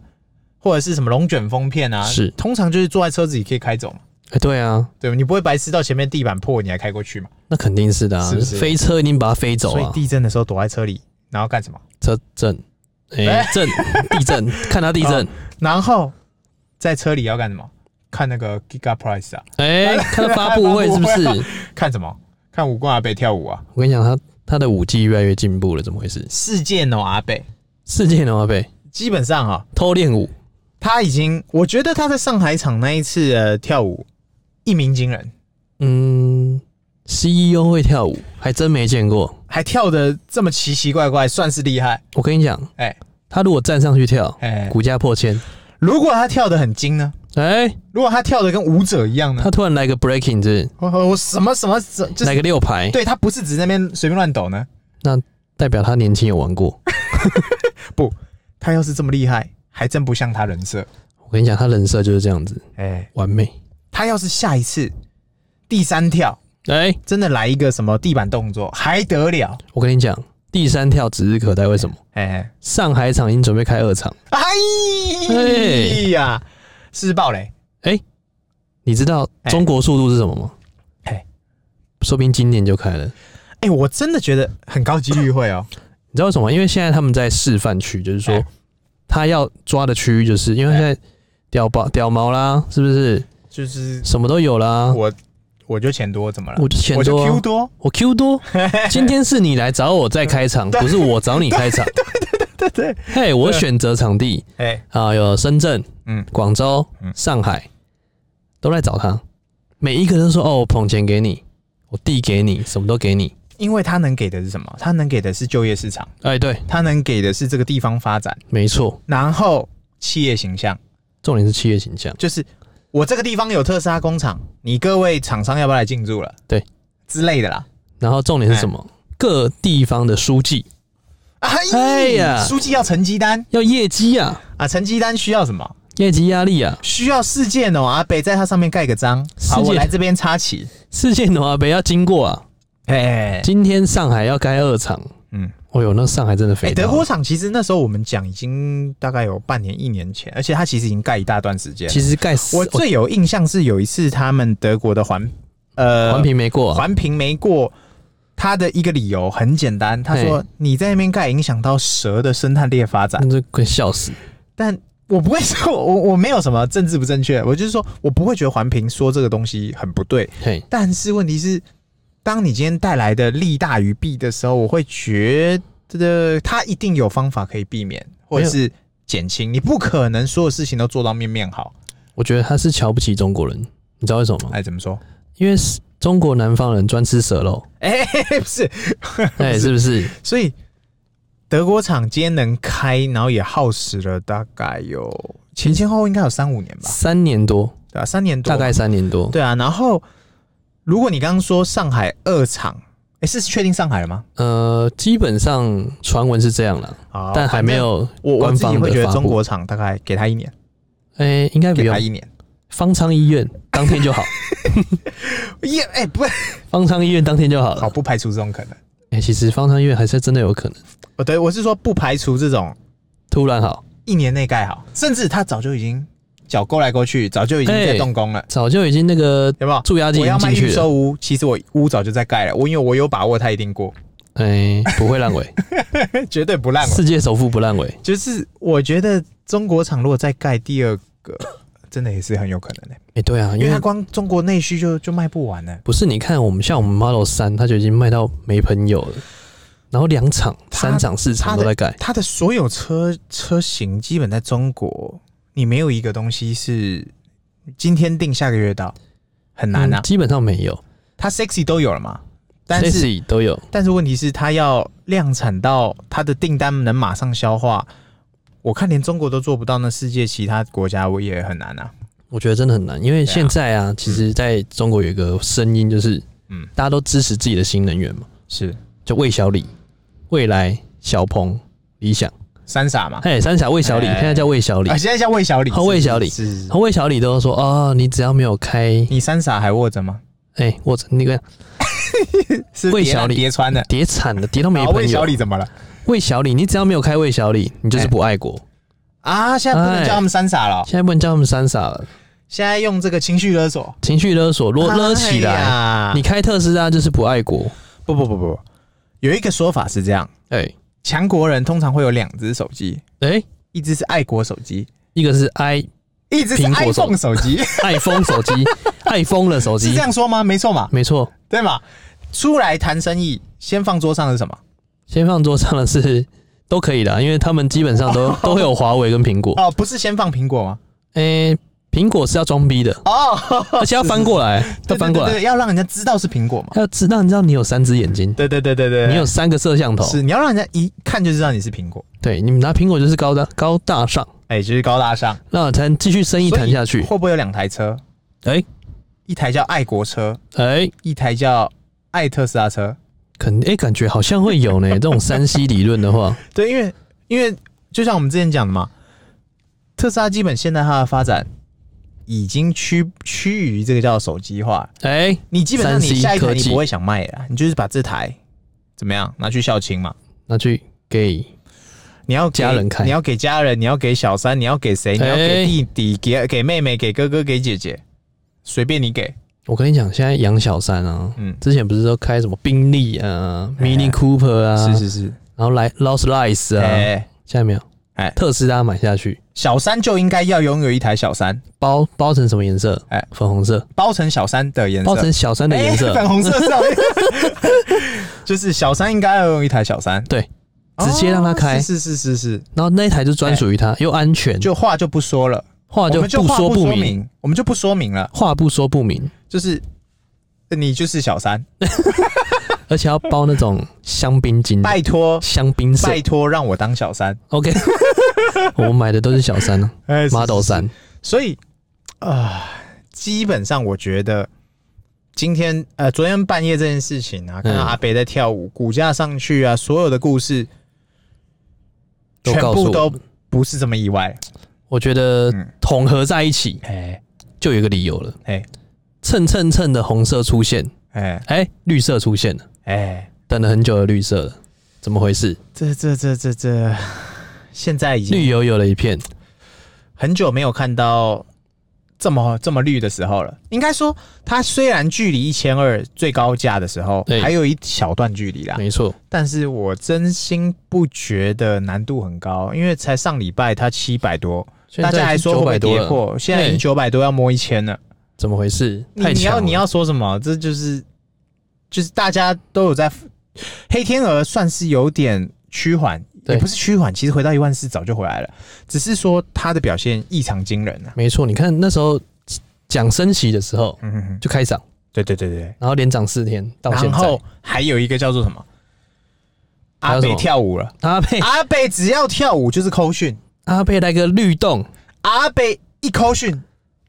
[SPEAKER 1] 或者是什么龙卷风片啊，
[SPEAKER 2] 是
[SPEAKER 1] 通常就是坐在车子里可以开走嘛，
[SPEAKER 2] 哎、对啊，
[SPEAKER 1] 对吧？你不会白痴到前面地板破你还开过去嘛？
[SPEAKER 2] 那肯定是的啊，
[SPEAKER 1] 是不是
[SPEAKER 2] 飞车一定把它飞走
[SPEAKER 1] 所以
[SPEAKER 2] 啊，
[SPEAKER 1] 地震的时候躲在车里，然后干什么？
[SPEAKER 2] 车震，哎、震地 震，看它地震，
[SPEAKER 1] 哦然后在车里要干什么？看那个 Giga Price 啊，
[SPEAKER 2] 哎、看它发布会是不是？
[SPEAKER 1] 发布啊看什么？看武功阿贝跳舞啊！
[SPEAKER 2] 我跟你讲，它它的武技越来越进步了，怎么回事？哦
[SPEAKER 1] 世界农阿贝
[SPEAKER 2] 世界牛阿贝
[SPEAKER 1] 基本上啊，
[SPEAKER 2] 偷练舞，
[SPEAKER 1] 他已经，我觉得他在上海场那一次呃跳舞一鸣惊人，
[SPEAKER 2] 嗯，CEO 会跳舞，还真没见过。
[SPEAKER 1] 还跳的这么奇奇怪怪，算是厉害。
[SPEAKER 2] 我跟你讲，
[SPEAKER 1] 哎、
[SPEAKER 2] 他如果站上去跳，
[SPEAKER 1] 哎、
[SPEAKER 2] 股价破千。
[SPEAKER 1] 如果他跳的很精呢？
[SPEAKER 2] 哎、
[SPEAKER 1] 如果他跳的跟舞者一样呢
[SPEAKER 2] 他？突然来个 breaking 是
[SPEAKER 1] 我哦我什么什么什
[SPEAKER 2] 不是，
[SPEAKER 1] 就是
[SPEAKER 2] 来个六排，
[SPEAKER 1] 对他不是只在那边随便乱抖呢？
[SPEAKER 2] 代表他年轻有玩过。
[SPEAKER 1] 他要是这么厉害，还真不像他人设。
[SPEAKER 2] 我跟你讲，他人设就是这样子，
[SPEAKER 1] 哎、
[SPEAKER 2] 完美。
[SPEAKER 1] 他要是下一次第三跳
[SPEAKER 2] 哎、
[SPEAKER 1] 真的来一个什么地板动作，还得了？
[SPEAKER 2] 我跟你讲，第三跳指日可待，为什么？
[SPEAKER 1] 哎、
[SPEAKER 2] 上海场已经准备开二场，
[SPEAKER 1] 哎呀，施暴嘞！
[SPEAKER 2] 你知道
[SPEAKER 1] 哎
[SPEAKER 2] 中国速度是什么吗？
[SPEAKER 1] 哎
[SPEAKER 2] 说不定今年就开了。
[SPEAKER 1] 哎、我真的觉得很高几率会哦。
[SPEAKER 2] 你知道为什么吗？因为现在他们在示范区，就是说
[SPEAKER 1] 哎
[SPEAKER 2] 他要抓的区域，就是因为现在屌毛屌毛啦，是不是
[SPEAKER 1] 就是
[SPEAKER 2] 什么都有啦？
[SPEAKER 1] 我我就钱多怎么了？
[SPEAKER 2] 我就
[SPEAKER 1] 嗯
[SPEAKER 2] 钱
[SPEAKER 1] 我
[SPEAKER 2] 多
[SPEAKER 1] 就
[SPEAKER 2] 啊
[SPEAKER 1] Q 多，
[SPEAKER 2] 我 Q 多，今天是你来找我再开场，不是我找你开场。对对对对嘿，我选择场地
[SPEAKER 1] 哎、
[SPEAKER 2] 啊，有深圳、
[SPEAKER 1] 嗯
[SPEAKER 2] 广州
[SPEAKER 1] 嗯、
[SPEAKER 2] 上海，都来找他，每一个人都说哦，我捧钱给你，我地给你，什么都给你。
[SPEAKER 1] 因为他能给的是什么？他能给的是就业市场，
[SPEAKER 2] 哎，对，
[SPEAKER 1] 他能给的是这个地方发展，
[SPEAKER 2] 没错，
[SPEAKER 1] 然后企业形象，
[SPEAKER 2] 重点是企业形象。
[SPEAKER 1] 就是我这个地方有特斯拉工厂，你各位厂商要不要来进驻了？
[SPEAKER 2] 对
[SPEAKER 1] 之类的啦。
[SPEAKER 2] 然后重点是什么？各地方的书记
[SPEAKER 1] 哎
[SPEAKER 2] 哎
[SPEAKER 1] 呀，
[SPEAKER 2] 呀
[SPEAKER 1] 书记要成绩单
[SPEAKER 2] 要业绩啊，
[SPEAKER 1] 啊，成绩单需要什么？
[SPEAKER 2] 业绩压力啊，
[SPEAKER 1] 需要事件哦，阿北在它上面盖个章。好，
[SPEAKER 2] 事件
[SPEAKER 1] 我来这边插旗。
[SPEAKER 2] 世界挪阿北要经过啊。
[SPEAKER 1] 哎
[SPEAKER 2] 今天上海要开二场，
[SPEAKER 1] 嗯，
[SPEAKER 2] 哦呦，那上海真的
[SPEAKER 1] 哎、
[SPEAKER 2] 肥
[SPEAKER 1] 德
[SPEAKER 2] 到
[SPEAKER 1] 国场其实那时候我们讲已经大概有半年一年前，而且它其实已经盖一大段时间了。
[SPEAKER 2] 其实盖死
[SPEAKER 1] 我最有印象是有一次他们德国的环呃
[SPEAKER 2] 环评没过、啊，
[SPEAKER 1] 环评没过，他的一个理由很简单，他说你在那边盖影响到蛇的生态链发展，
[SPEAKER 2] 那就快笑死。
[SPEAKER 1] 但。我不会说，我我没有什么政治不正确，我就是说我不会觉得环评说这个东西很不对，
[SPEAKER 2] 嘿，
[SPEAKER 1] 但是问题是，当你今天带来的利大于弊的时候，我会觉得它一定有方法可以避免，或者是减轻。你不可能所有事情都做到面面好。
[SPEAKER 2] 我觉得他是瞧不起中国人，你知道为什么吗？
[SPEAKER 1] 哎，怎么说？
[SPEAKER 2] 因为是中国南方人专吃蛇肉，
[SPEAKER 1] 哎、不是，
[SPEAKER 2] 哎，是不是？
[SPEAKER 1] 所以德国厂今天能开，然后也耗时了大概有前前后后应该有三五年吧，
[SPEAKER 2] 三年多，
[SPEAKER 1] 对吧、三年多，
[SPEAKER 2] 大概三年多，
[SPEAKER 1] 对啊。然后如果你刚刚说上海二厂，哎、是确定上海了吗？
[SPEAKER 2] 呃，基本上传闻是这样了，
[SPEAKER 1] 好
[SPEAKER 2] 但还没。有
[SPEAKER 1] 啊我我
[SPEAKER 2] 官
[SPEAKER 1] 自己
[SPEAKER 2] 方
[SPEAKER 1] 会觉
[SPEAKER 2] 的
[SPEAKER 1] 得
[SPEAKER 2] 发
[SPEAKER 1] 中
[SPEAKER 2] 布。
[SPEAKER 1] 国厂大概给他一年，
[SPEAKER 2] 哎，应该不
[SPEAKER 1] 给
[SPEAKER 2] 用
[SPEAKER 1] 他，一年。
[SPEAKER 2] 方舱医院当 天就好，
[SPEAKER 1] 耶，哎、不，
[SPEAKER 2] 方舱医院当天就好了
[SPEAKER 1] 好，。不排除这种可能。
[SPEAKER 2] 哎、其实方舱医院还是真的有可能
[SPEAKER 1] 哦，对，我是说不排除这种
[SPEAKER 2] 突然好，
[SPEAKER 1] 一年内盖好，甚至他早就已经脚勾来勾去，早就已经在
[SPEAKER 2] 哎
[SPEAKER 1] 动工了，
[SPEAKER 2] 早就已经那个
[SPEAKER 1] 有没有？
[SPEAKER 2] 注押金
[SPEAKER 1] 我
[SPEAKER 2] 已经
[SPEAKER 1] 要卖
[SPEAKER 2] 进
[SPEAKER 1] 预
[SPEAKER 2] 去了
[SPEAKER 1] 售。屋，其实我屋早就在盖了，我因为我有把握，他一定过，
[SPEAKER 2] 哎、不会烂尾，
[SPEAKER 1] 绝对 不烂尾。
[SPEAKER 2] 世界首富不烂尾。
[SPEAKER 1] 就是我觉得中国厂如果再盖第二个，真的也是很有可能的、
[SPEAKER 2] 哎、对啊，因
[SPEAKER 1] 因为它
[SPEAKER 2] 为
[SPEAKER 1] 光中国内需就就卖不完了。
[SPEAKER 2] 不是你看我们像我们 Model 三，它就已经卖到没朋友了，然后两场、
[SPEAKER 1] 它
[SPEAKER 2] 三场、四场
[SPEAKER 1] 它
[SPEAKER 2] 都
[SPEAKER 1] 的
[SPEAKER 2] 在改。
[SPEAKER 1] 它的所有车车型基本在中国，你没有一个东西是今天定下个月到，很难啊。
[SPEAKER 2] 嗯基本上没有，
[SPEAKER 1] 它 sexy 都有了嘛，但
[SPEAKER 2] 但
[SPEAKER 1] 是
[SPEAKER 2] 是都有。
[SPEAKER 1] 但是问题是它要量产到它的订单能马上消化，我看连中国都做不到，那世界其他国家我也很难啊。
[SPEAKER 2] 我觉得真的很难，因为现在啊，其实在中国有一个声音就是，
[SPEAKER 1] 嗯
[SPEAKER 2] 嗯，大家都支持自己的新能源嘛，
[SPEAKER 1] 是
[SPEAKER 2] 就魏小李、未来、小鹏、理想，
[SPEAKER 1] 三傻嘛？
[SPEAKER 2] 哎，三峡魏小李，
[SPEAKER 1] 哎
[SPEAKER 2] 现在叫魏小李
[SPEAKER 1] 啊，，现在叫魏小李，
[SPEAKER 2] 哦魏小李
[SPEAKER 1] 是是是
[SPEAKER 2] 然后魏小李都说哦，你只要没有开，
[SPEAKER 1] 你三傻还握着吗？
[SPEAKER 2] 哎、我那个
[SPEAKER 1] 是
[SPEAKER 2] 魏小李
[SPEAKER 1] 叠穿的。
[SPEAKER 2] 跌惨了，跌到没
[SPEAKER 1] 啊，
[SPEAKER 2] 朋
[SPEAKER 1] 魏小
[SPEAKER 2] 友。
[SPEAKER 1] 李怎么了？
[SPEAKER 2] 魏小李，你只要没有开魏小李，你就是不爱国。
[SPEAKER 1] 啊，现在不能
[SPEAKER 2] 哎
[SPEAKER 1] 叫他们三傻了哦、
[SPEAKER 2] 现在不能叫他们三傻了，
[SPEAKER 1] 现在用这个情绪勒索，
[SPEAKER 2] 情绪勒索，勒勒起
[SPEAKER 1] 哎
[SPEAKER 2] 来。
[SPEAKER 1] 呀
[SPEAKER 2] 你开特斯拉就是不爱国。
[SPEAKER 1] 不不不不，有一个说法是这样：
[SPEAKER 2] 哎、
[SPEAKER 1] 强国人通常会有两只手机，
[SPEAKER 2] 哎、
[SPEAKER 1] 一只是爱国手机，
[SPEAKER 2] 一个是 i
[SPEAKER 1] 一只是
[SPEAKER 2] 苹果手
[SPEAKER 1] iPhone 手 机，
[SPEAKER 2] 爱疯手机，爱疯了手
[SPEAKER 1] 是
[SPEAKER 2] 机
[SPEAKER 1] 这，样说吗？没错嘛，
[SPEAKER 2] 没错。
[SPEAKER 1] 对嘛？出来谈生意，先放桌上的是什么？
[SPEAKER 2] 先放桌上的是都可以的，因为他们基本上都都会有华为跟苹果。
[SPEAKER 1] 哦，不是先放苹果吗？
[SPEAKER 2] 诶、苹果是要装逼的，
[SPEAKER 1] 哦，
[SPEAKER 2] 而且要翻过来，要
[SPEAKER 1] 对
[SPEAKER 2] 翻过
[SPEAKER 1] 对
[SPEAKER 2] 来，
[SPEAKER 1] 对对要让人家知道是苹果嘛。
[SPEAKER 2] 要知让你知道你有三只眼睛，
[SPEAKER 1] 对对对对对，
[SPEAKER 2] 你有三个摄像头，
[SPEAKER 1] 是你要让人家一看就知道你是苹果，
[SPEAKER 2] 对，你们拿苹果就是高大高大上，
[SPEAKER 1] 哎、就是高大上。
[SPEAKER 2] 那才能继续生意
[SPEAKER 1] 所以
[SPEAKER 2] 谈下去。
[SPEAKER 1] 会不会有两台车？
[SPEAKER 2] 哎
[SPEAKER 1] 一台叫爱国车，
[SPEAKER 2] 哎，
[SPEAKER 1] 一台叫爱特斯拉车。
[SPEAKER 2] 肯哎、感觉好像会有 呢。这种山西理论的话，
[SPEAKER 1] 对，因为因为就像我们之前讲的嘛，特斯拉基本现在它的发展已经趋趋于这个叫手机化，
[SPEAKER 2] 哎、
[SPEAKER 1] 你基本上你
[SPEAKER 2] 3C
[SPEAKER 1] 下一台
[SPEAKER 2] 科
[SPEAKER 1] 你
[SPEAKER 2] 技
[SPEAKER 1] 不会想卖的啊，你就是把这台怎么样拿去孝亲嘛。
[SPEAKER 2] 那去给
[SPEAKER 1] 你要给
[SPEAKER 2] 家人看
[SPEAKER 1] 你要给家人，你要给小三，你要给谁？你要给
[SPEAKER 2] 哎
[SPEAKER 1] 弟弟，给给妹妹，给哥哥，给姐姐，随便你给。
[SPEAKER 2] 我跟你讲，现在养小三啊，
[SPEAKER 1] 嗯
[SPEAKER 2] 之前不是都开什么宾利啊、
[SPEAKER 1] 哎
[SPEAKER 2] Mini Cooper 啊，
[SPEAKER 1] 是是是，
[SPEAKER 2] 然后来 Lost Lights 啊，
[SPEAKER 1] 哎、
[SPEAKER 2] 现在没有，
[SPEAKER 1] 哎
[SPEAKER 2] 特斯拉买下去，
[SPEAKER 1] 小三就应该要拥有一台小三，
[SPEAKER 2] 包包成什么颜色？
[SPEAKER 1] 哎
[SPEAKER 2] 粉红色，
[SPEAKER 1] 包成小三的颜色，
[SPEAKER 2] 包成小三的颜色
[SPEAKER 1] 哎，粉红色 上面，就是小三应该要用一台小三，
[SPEAKER 2] 对，直接让它开
[SPEAKER 1] 哦是是是是是，
[SPEAKER 2] 然后那一台就专属于他，又安全，
[SPEAKER 1] 哎就话就不说了，
[SPEAKER 2] 话
[SPEAKER 1] 我
[SPEAKER 2] 就
[SPEAKER 1] 们就
[SPEAKER 2] 不
[SPEAKER 1] 话
[SPEAKER 2] 说
[SPEAKER 1] 不
[SPEAKER 2] 不
[SPEAKER 1] 说
[SPEAKER 2] 明，
[SPEAKER 1] 明，我们就不说明了，
[SPEAKER 2] 话不说不明，
[SPEAKER 1] 就是你就是小三，
[SPEAKER 2] 而且要包那种香槟金的
[SPEAKER 1] 拜托
[SPEAKER 2] 香槟色
[SPEAKER 1] 拜托让我当小三，
[SPEAKER 2] ，OK，我买的都是小三啊
[SPEAKER 1] 哎是
[SPEAKER 2] ，Model 三，
[SPEAKER 1] 所以啊、基本上我觉得今天呃，昨天半夜这件事情啊，看到
[SPEAKER 2] 嗯
[SPEAKER 1] 阿北在跳舞，股价上去啊，所有的故事
[SPEAKER 2] 都
[SPEAKER 1] 全
[SPEAKER 2] 告
[SPEAKER 1] 部
[SPEAKER 2] 诉我
[SPEAKER 1] 都不是这么意外。
[SPEAKER 2] 我觉得
[SPEAKER 1] 嗯
[SPEAKER 2] 统合在一起
[SPEAKER 1] 哎
[SPEAKER 2] 就有一个理由了，
[SPEAKER 1] 哎
[SPEAKER 2] 蹭蹭蹭的红色出现，
[SPEAKER 1] 哎
[SPEAKER 2] 哎，绿色出现了，
[SPEAKER 1] 哎，
[SPEAKER 2] 等了很久的绿色了，怎么回事？
[SPEAKER 1] 这这这这这，现在已经
[SPEAKER 2] 绿油油的一片，
[SPEAKER 1] 很久没有看到。这么这么绿的时候了，应该说它虽然距离一千二最高价的时候
[SPEAKER 2] 对
[SPEAKER 1] 还有一小段距离啦，
[SPEAKER 2] 没错，
[SPEAKER 1] 但是我真心不觉得难度很高，因为才上礼拜它七百多，
[SPEAKER 2] 现
[SPEAKER 1] 大
[SPEAKER 2] 在
[SPEAKER 1] 家还说会
[SPEAKER 2] 九
[SPEAKER 1] 不会
[SPEAKER 2] 百多
[SPEAKER 1] 跌
[SPEAKER 2] 了，
[SPEAKER 1] 破，现在已经九百多要摸一千了。
[SPEAKER 2] 怎么回事？
[SPEAKER 1] 你
[SPEAKER 2] 太
[SPEAKER 1] 你
[SPEAKER 2] 强
[SPEAKER 1] 要
[SPEAKER 2] 了，
[SPEAKER 1] 你要说什么？这就是就是大家都有在黑天鹅算是有点趋缓，
[SPEAKER 2] 对
[SPEAKER 1] 也不是趋缓，其实回到一万四早就回来了，只是说它的表现异常惊人啊。
[SPEAKER 2] 没错，你看那时候讲升息的时候
[SPEAKER 1] 嗯哼哼，
[SPEAKER 2] 就开涨，
[SPEAKER 1] 对对对对。
[SPEAKER 2] 然后连涨四天到现
[SPEAKER 1] 然
[SPEAKER 2] 在
[SPEAKER 1] 后，还有一个叫做什么？
[SPEAKER 2] 还
[SPEAKER 1] 阿
[SPEAKER 2] 有什么哎
[SPEAKER 1] 北跳舞了，
[SPEAKER 2] 阿贝
[SPEAKER 1] 阿北只要跳舞就是扣讯。
[SPEAKER 2] 阿贝来个律动，
[SPEAKER 1] 阿北一扣讯，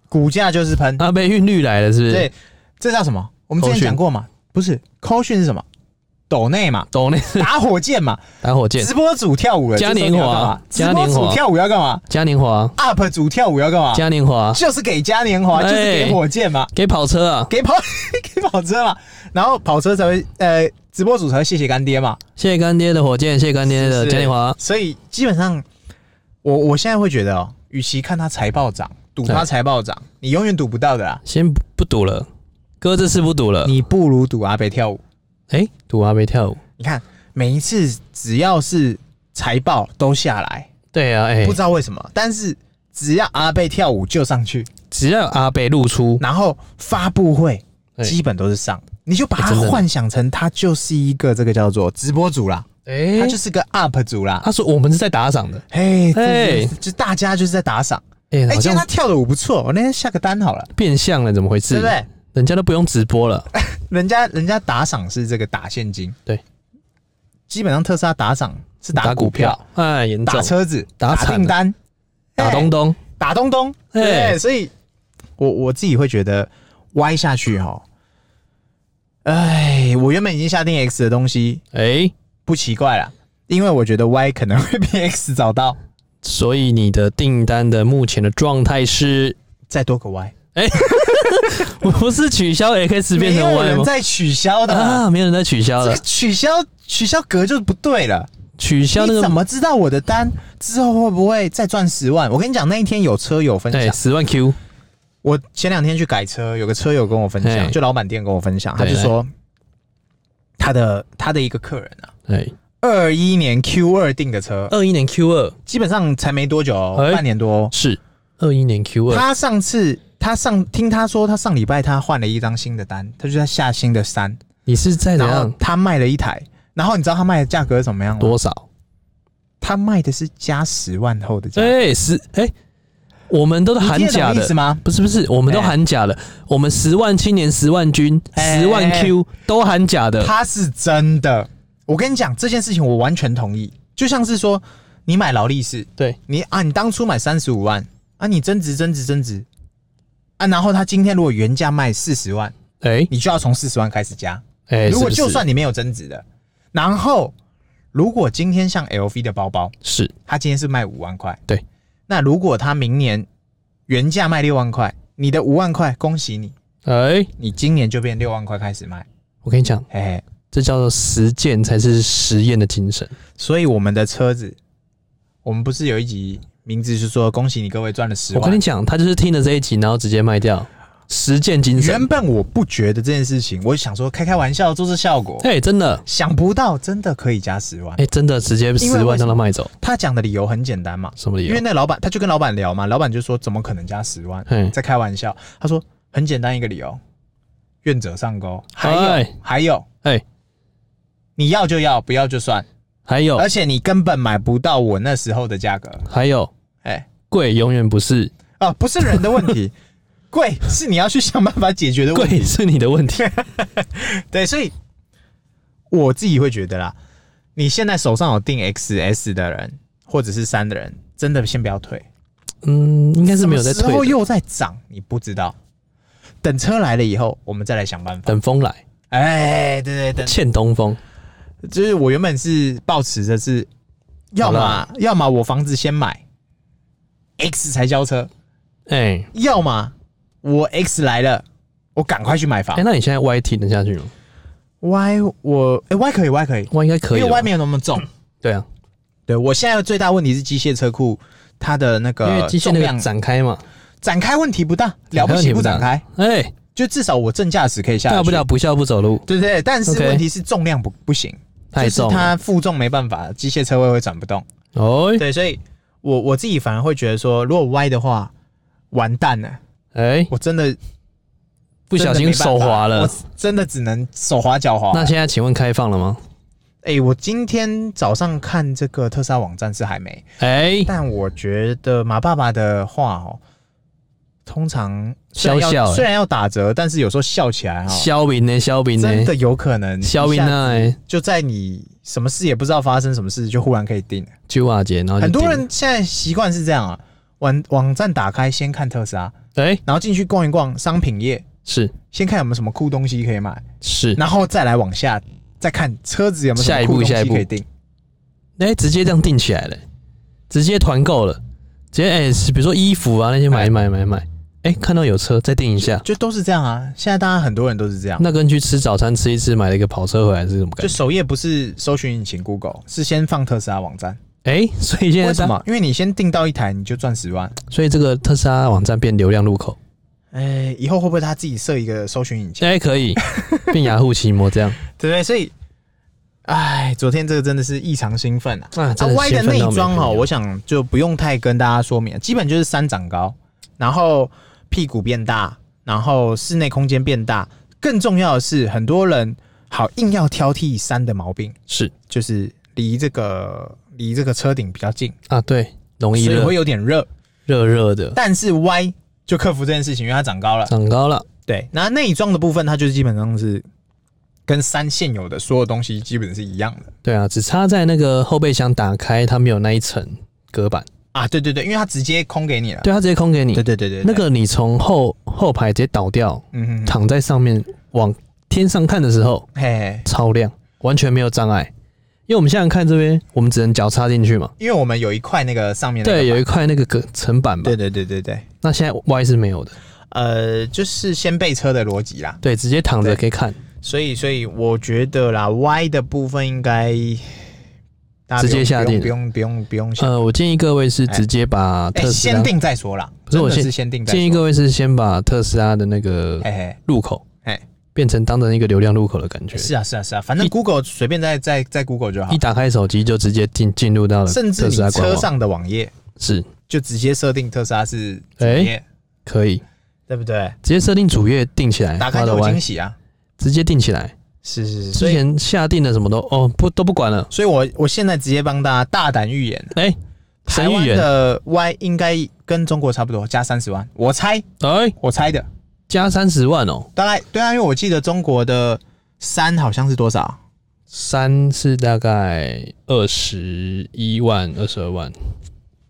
[SPEAKER 1] 股价就是喷。
[SPEAKER 2] 阿贝韵律来了，是啊不是？
[SPEAKER 1] 对，这叫什么？我们之前讲过嘛？不是扣讯是什么？抖内 嘛，
[SPEAKER 2] 懂那
[SPEAKER 1] 打火箭嘛，
[SPEAKER 2] 打火箭，
[SPEAKER 1] 直播主跳舞了，
[SPEAKER 2] 嘉年华
[SPEAKER 1] 这时候你要干嘛
[SPEAKER 2] 嘉
[SPEAKER 1] 直
[SPEAKER 2] 年华
[SPEAKER 1] 播主跳舞要干嘛
[SPEAKER 2] 嘉年华，
[SPEAKER 1] ？UP 主跳舞要干嘛？
[SPEAKER 2] 嘉年华，
[SPEAKER 1] 就是给嘉年华，就是给
[SPEAKER 2] 哎
[SPEAKER 1] 火箭嘛，
[SPEAKER 2] 给跑车啊！
[SPEAKER 1] 给跑 给跑车嘛，然后跑车才会呃，直播主才会谢谢干爹嘛，
[SPEAKER 2] 谢谢干爹的火箭，谢谢干爹
[SPEAKER 1] 是
[SPEAKER 2] 的
[SPEAKER 1] 不是
[SPEAKER 2] 嘉年华。
[SPEAKER 1] 所以基本上，我我现在会觉得哦，与其看他财报涨，赌他
[SPEAKER 2] 对
[SPEAKER 1] 财报涨，你永远赌不到的啦。
[SPEAKER 2] 先不不赌了，哥这次不赌了。
[SPEAKER 1] 你不如赌阿北跳舞。
[SPEAKER 2] 哎，赌阿贝跳舞。
[SPEAKER 1] 你看每一次只要是财报都下来，
[SPEAKER 2] 对啊，哎
[SPEAKER 1] 不，知道为什么，但是只要阿贝跳舞就上去，
[SPEAKER 2] 只要有阿贝露 出，
[SPEAKER 1] 然后发布会
[SPEAKER 2] 哎
[SPEAKER 1] 基本都是上，你就把它
[SPEAKER 2] 哎真的
[SPEAKER 1] 幻想成他就是一个这个叫做直播主啦，
[SPEAKER 2] 哎
[SPEAKER 1] 他就是个 UP 主啦。
[SPEAKER 2] 他说我们是在打赏的，
[SPEAKER 1] 嘿，这
[SPEAKER 2] 哎
[SPEAKER 1] 就就大家就是在打赏。
[SPEAKER 2] 哎，
[SPEAKER 1] 哎，
[SPEAKER 2] 好
[SPEAKER 1] 今天他
[SPEAKER 2] 像
[SPEAKER 1] 跳的舞不错，我那天下个单好了，
[SPEAKER 2] 变相了，怎么回事？
[SPEAKER 1] 对不对？
[SPEAKER 2] 人家都不用直播了，
[SPEAKER 1] 人家人家打赏是这个打现金，
[SPEAKER 2] 对，
[SPEAKER 1] 基本上特斯拉打赏是打股票、，
[SPEAKER 2] 哎，严
[SPEAKER 1] 打
[SPEAKER 2] 重
[SPEAKER 1] 车子、
[SPEAKER 2] 打
[SPEAKER 1] 打
[SPEAKER 2] 惨
[SPEAKER 1] 订
[SPEAKER 2] 了
[SPEAKER 1] 单、
[SPEAKER 2] 打东东，
[SPEAKER 1] 打东东，
[SPEAKER 2] 哎
[SPEAKER 1] 对，所以我我自己会觉得歪下去哈，哎，我原本已经下定 X 的东西
[SPEAKER 2] 哎，
[SPEAKER 1] 不奇怪了，因为我觉得 Y 可能会比 X 早到
[SPEAKER 2] 所以你的订单的目前的状态是，
[SPEAKER 1] 再多个 Y，
[SPEAKER 2] 我不是取消 X 变
[SPEAKER 1] 没
[SPEAKER 2] 成
[SPEAKER 1] 有
[SPEAKER 2] Y
[SPEAKER 1] 人
[SPEAKER 2] 吗？
[SPEAKER 1] 在取消的啊、
[SPEAKER 2] 啊，没有人在取消
[SPEAKER 1] 这
[SPEAKER 2] 了
[SPEAKER 1] 个，取消取消格就不对了。
[SPEAKER 2] 取消那
[SPEAKER 1] 你怎
[SPEAKER 2] 个
[SPEAKER 1] 么知道我的单之后会不会再赚十万？我跟你讲，那一天有车友分
[SPEAKER 2] 哎
[SPEAKER 1] 享，
[SPEAKER 2] 十万 Q，
[SPEAKER 1] 我前两天去改车，有个车友跟我分享，
[SPEAKER 2] 哎
[SPEAKER 1] 就老板店跟我分享，他
[SPEAKER 2] 对
[SPEAKER 1] 就说他的他的一个客人啊，
[SPEAKER 2] 哎，
[SPEAKER 1] 二一年 Q 二订的车，
[SPEAKER 2] 二一年 Q 二
[SPEAKER 1] 基本上才没多久、哦，
[SPEAKER 2] 哎
[SPEAKER 1] 半年多、哦。
[SPEAKER 2] 是二一年 Q 二，
[SPEAKER 1] 他上次他上听他说，他上礼拜他换了一张新的单，他就在下新的单，
[SPEAKER 2] 你是在怎
[SPEAKER 1] 然后
[SPEAKER 2] 样
[SPEAKER 1] 他卖了一台，然后你知道他卖的价格是怎么样吗？
[SPEAKER 2] 多少？
[SPEAKER 1] 他卖的是加十万后的价格，
[SPEAKER 2] 哎、十哎、我们都是含
[SPEAKER 1] 你听得
[SPEAKER 2] 哎假
[SPEAKER 1] 懂意
[SPEAKER 2] 的
[SPEAKER 1] 思，吗？
[SPEAKER 2] 不是不是，我们都
[SPEAKER 1] 哎
[SPEAKER 2] 含假的，我们十万青年、十万军、
[SPEAKER 1] 哎
[SPEAKER 2] 十万 Q 都含假的，
[SPEAKER 1] 它是真的。我跟你讲这件事情，我完全同意。就像是说，你买劳力士，
[SPEAKER 2] 对，
[SPEAKER 1] 你啊，你当初买三十五万啊，你增值增值增值啊，然后它今天如果原价卖四十万，
[SPEAKER 2] 哎、
[SPEAKER 1] 你就要从四十万开始加。
[SPEAKER 2] 哎、
[SPEAKER 1] 如果
[SPEAKER 2] 是不是
[SPEAKER 1] 就算你没有增值的，然后如果今天像 LV 的包包，
[SPEAKER 2] 是
[SPEAKER 1] 它今天是卖五万块，
[SPEAKER 2] 对，
[SPEAKER 1] 那如果它明年原价卖六万块，你的五万块，恭喜你，
[SPEAKER 2] 哎、
[SPEAKER 1] 你今年就变六万块开始卖，
[SPEAKER 2] 我跟你讲，
[SPEAKER 1] 嘿嘿。
[SPEAKER 2] 这叫做实践才是实验的精神。
[SPEAKER 1] 所以我们的车子，我们不是有一集名字是说恭喜你各位赚了十
[SPEAKER 2] 我跟你
[SPEAKER 1] 万。
[SPEAKER 2] 讲，他就是听了这一集，然后直接卖掉，实践精神
[SPEAKER 1] 原。本我不觉得这件事情，我想说开开玩笑做做效果，
[SPEAKER 2] 哎、真的，
[SPEAKER 1] 想不到真的可以加十万
[SPEAKER 2] 哎、。真的直接
[SPEAKER 1] 因为
[SPEAKER 2] 十
[SPEAKER 1] 为
[SPEAKER 2] 万
[SPEAKER 1] 什
[SPEAKER 2] 让
[SPEAKER 1] 么
[SPEAKER 2] 他卖走，
[SPEAKER 1] 他讲的理由很简单嘛，
[SPEAKER 2] 什么理
[SPEAKER 1] 因
[SPEAKER 2] 由
[SPEAKER 1] 为？那老板他就跟老板聊嘛，老板就说怎么可能加十 万，
[SPEAKER 2] 嗯
[SPEAKER 1] 在开玩笑。他说很简单一个理由，愿者上钩。还有
[SPEAKER 2] 哎
[SPEAKER 1] 还有，
[SPEAKER 2] 哎、
[SPEAKER 1] 你要就要，不要就算，
[SPEAKER 2] 还有
[SPEAKER 1] 而且你根本买不到我那时候的价格。
[SPEAKER 2] 还有，
[SPEAKER 1] 哎
[SPEAKER 2] 贵永远不是
[SPEAKER 1] 啊，不是人的问题，贵是你要去想办法解决的问题。
[SPEAKER 2] 贵是你的问题。
[SPEAKER 1] 对，所以我自己会觉得啦，你现在手上有定 XS 的人，或者是三的人，真的先不要退。
[SPEAKER 2] 嗯，应该是没有在
[SPEAKER 1] 什么时候
[SPEAKER 2] 退的，
[SPEAKER 1] 又在涨，你不知道。等车来了以后，我们再来想办法。
[SPEAKER 2] 等风来，
[SPEAKER 1] 哎，对对对，
[SPEAKER 2] 欠东风。
[SPEAKER 1] 就是我原本是抱持着是，要
[SPEAKER 2] 好
[SPEAKER 1] 么
[SPEAKER 2] 啦
[SPEAKER 1] 要么我房子先买，X 才交车，
[SPEAKER 2] 哎、
[SPEAKER 1] 要么我 X 来了，我赶快去买
[SPEAKER 2] 哎、
[SPEAKER 1] 房。
[SPEAKER 2] 那你现在 Y T 能下去吗
[SPEAKER 1] Y 我哎 Y 可以 Y 可以，
[SPEAKER 2] ？Y 应该可以哦
[SPEAKER 1] 因
[SPEAKER 2] 了
[SPEAKER 1] 为
[SPEAKER 2] 吧。
[SPEAKER 1] Y 没有那么重。
[SPEAKER 2] 对啊，
[SPEAKER 1] 对我现在的最大问题是机械车库它的那
[SPEAKER 2] 因为
[SPEAKER 1] 个
[SPEAKER 2] 机械
[SPEAKER 1] 重
[SPEAKER 2] 那
[SPEAKER 1] 量
[SPEAKER 2] 个展开嘛，
[SPEAKER 1] 展开问题不大，了不
[SPEAKER 2] 开问
[SPEAKER 1] 起
[SPEAKER 2] 题
[SPEAKER 1] 不
[SPEAKER 2] 不大
[SPEAKER 1] 展开，
[SPEAKER 2] 哎、
[SPEAKER 1] 就至少我正驾驶可以下得去。
[SPEAKER 2] 大不了不笑不走路，
[SPEAKER 1] 对对对，但是
[SPEAKER 2] OK
[SPEAKER 1] 问题是重量不不行，
[SPEAKER 2] 太
[SPEAKER 1] 就是
[SPEAKER 2] 重了。
[SPEAKER 1] 它负重没办法，机械车位会转不动。
[SPEAKER 2] 哦，
[SPEAKER 1] 对，所以我我自己反而会觉得说，如果歪的话，完蛋了，
[SPEAKER 2] 哎、
[SPEAKER 1] 我真的
[SPEAKER 2] 不小心手滑了
[SPEAKER 1] 我。真的只能手滑脚滑。
[SPEAKER 2] 那现在请问开放了吗？
[SPEAKER 1] 哎、我今天早上看这个特斯拉网站是还没，
[SPEAKER 2] 哎、
[SPEAKER 1] 但我觉得马爸爸的话哦，通常虽然要
[SPEAKER 2] 笑笑欸
[SPEAKER 1] 虽然要打折，但是有时候笑起来哦，
[SPEAKER 2] 肖敏呢？肖敏呢？
[SPEAKER 1] 真的有可能
[SPEAKER 2] 肖敏
[SPEAKER 1] 一下
[SPEAKER 2] 呢？哎
[SPEAKER 1] 就在你什么事也不知道发生什么事，就忽然可以定了。
[SPEAKER 2] 九瓦姐，然哦后就
[SPEAKER 1] 很多
[SPEAKER 2] 定
[SPEAKER 1] 人现在习惯是这样啊，网网站打开先看特斯拉，
[SPEAKER 2] 哎、
[SPEAKER 1] 然后进去逛一逛商品页，
[SPEAKER 2] 是
[SPEAKER 1] 先看有没有什么酷东西可以买，
[SPEAKER 2] 是，
[SPEAKER 1] 然后再来往下再看车子有没有什
[SPEAKER 2] 下
[SPEAKER 1] 么
[SPEAKER 2] 一
[SPEAKER 1] 酷
[SPEAKER 2] 步
[SPEAKER 1] 东
[SPEAKER 2] 下
[SPEAKER 1] 西
[SPEAKER 2] 一步
[SPEAKER 1] 可以定。
[SPEAKER 2] 哎、直接这样定起来了，直接团购了，直接哎、比如说衣服啊那些买
[SPEAKER 1] 哎
[SPEAKER 2] 一买买一买，哎、看到有车再定一下。
[SPEAKER 1] 就都是这样啊，现在大家很多人都是这样。
[SPEAKER 2] 那跟去吃早餐吃一吃，买了一个跑车回来是什么
[SPEAKER 1] 就
[SPEAKER 2] 感觉？
[SPEAKER 1] 首页不是搜寻引擎 Google，是先放特斯拉网站。
[SPEAKER 2] 哎、所以现在
[SPEAKER 1] 为什
[SPEAKER 2] 大
[SPEAKER 1] 么？因为你先订到一台，你就赚十万。
[SPEAKER 2] 所以这个特斯拉网站变流量入口，
[SPEAKER 1] 哎、以后会不会他自己设一个搜寻引擎？
[SPEAKER 2] 现在可以变雅虎奇摩 这样
[SPEAKER 1] 对不对？所以，哎，昨天这个真的是异常兴奋啊！
[SPEAKER 2] 啊，
[SPEAKER 1] 啊
[SPEAKER 2] 真的
[SPEAKER 1] ，Y 的
[SPEAKER 2] 兴奋
[SPEAKER 1] 内
[SPEAKER 2] 到没
[SPEAKER 1] 装
[SPEAKER 2] 朋
[SPEAKER 1] 哦，
[SPEAKER 2] 友
[SPEAKER 1] 我想就不用太跟大家说明了，基本就是三长高，然后屁股变大，然后室内空间变大。更重要的是，很多人好硬要挑剔三的毛病，
[SPEAKER 2] 是
[SPEAKER 1] 就是离这个离这个车顶比较近，
[SPEAKER 2] 啊，对，容易
[SPEAKER 1] 所以
[SPEAKER 2] 热
[SPEAKER 1] 会有点热。
[SPEAKER 2] 热热的，
[SPEAKER 1] 但是 Y 就克服这件事情，因为它长高了。
[SPEAKER 2] 长高了，
[SPEAKER 1] 对，那内装的部分，它就是基本上是跟三现有的所有东西基本是一样的
[SPEAKER 2] 对啊，只差在那个后备箱打开，它没有那一层隔板，
[SPEAKER 1] 啊。对对对，因为它直接空给你了。
[SPEAKER 2] 对，它直接空给你
[SPEAKER 1] 对，对对对，
[SPEAKER 2] 那个你从后后排直接倒掉，
[SPEAKER 1] 嗯哼，
[SPEAKER 2] 躺在上面往天上看的时候，
[SPEAKER 1] 嘿。
[SPEAKER 2] 超亮，完全没有障碍。因为我们现在看这边，我们只能脚插进去嘛。
[SPEAKER 1] 因为我们有一块那个上面那个
[SPEAKER 2] 对，有
[SPEAKER 1] 板
[SPEAKER 2] 一块那个隔层板嘛。
[SPEAKER 1] 对对对对对，
[SPEAKER 2] 那现在 Y 是没有的，
[SPEAKER 1] 呃，就是先备车的逻辑啦，
[SPEAKER 2] 对，直接躺
[SPEAKER 1] 对
[SPEAKER 2] 着可以看，
[SPEAKER 1] 所以所以我觉得啦，Y 的部分应该大家不用
[SPEAKER 2] 直接下定
[SPEAKER 1] 不用不用不用不用想，
[SPEAKER 2] 呃，我建议各位是直接把
[SPEAKER 1] 哎、
[SPEAKER 2] 特斯拉，
[SPEAKER 1] 先定再说啦，
[SPEAKER 2] 不是我
[SPEAKER 1] 真的
[SPEAKER 2] 先
[SPEAKER 1] 是先定再
[SPEAKER 2] 建议
[SPEAKER 1] 说，
[SPEAKER 2] 各位是先把特斯拉的那个
[SPEAKER 1] 哎、哎
[SPEAKER 2] 入口，
[SPEAKER 1] 哎
[SPEAKER 2] 变成当成一个流量入口的感觉，
[SPEAKER 1] 是啊是啊是啊，反正 Google 随便在在在 Google 就好
[SPEAKER 2] 一，打开手机就直接进进入到了
[SPEAKER 1] 甚至
[SPEAKER 2] 特
[SPEAKER 1] 你
[SPEAKER 2] 斯拉官
[SPEAKER 1] 车
[SPEAKER 2] 网，
[SPEAKER 1] 上的网页
[SPEAKER 2] 是
[SPEAKER 1] 就直接设定特斯拉是主页，
[SPEAKER 2] 可以
[SPEAKER 1] 对不对？
[SPEAKER 2] 直接设定主页定起来，
[SPEAKER 1] 打开
[SPEAKER 2] 画
[SPEAKER 1] 就
[SPEAKER 2] 的
[SPEAKER 1] 有
[SPEAKER 2] 歪
[SPEAKER 1] 惊，喜啊！
[SPEAKER 2] 直接定起来，
[SPEAKER 1] 是是是，所
[SPEAKER 2] 之
[SPEAKER 1] 以
[SPEAKER 2] 前下定的什么都哦不都不管了。
[SPEAKER 1] 所以我我现在直接帮大家大胆预言，
[SPEAKER 2] 哎、
[SPEAKER 1] 台
[SPEAKER 2] 神
[SPEAKER 1] 湾
[SPEAKER 2] 预言，
[SPEAKER 1] 的 Y 应该跟中国差不多，加三十万，我猜
[SPEAKER 2] 哎、
[SPEAKER 1] 我猜的，
[SPEAKER 2] 加三十万哦，
[SPEAKER 1] 大概对啊，因为我记得中国的三好像是多少？
[SPEAKER 2] 三是大概二十一万、二十二万，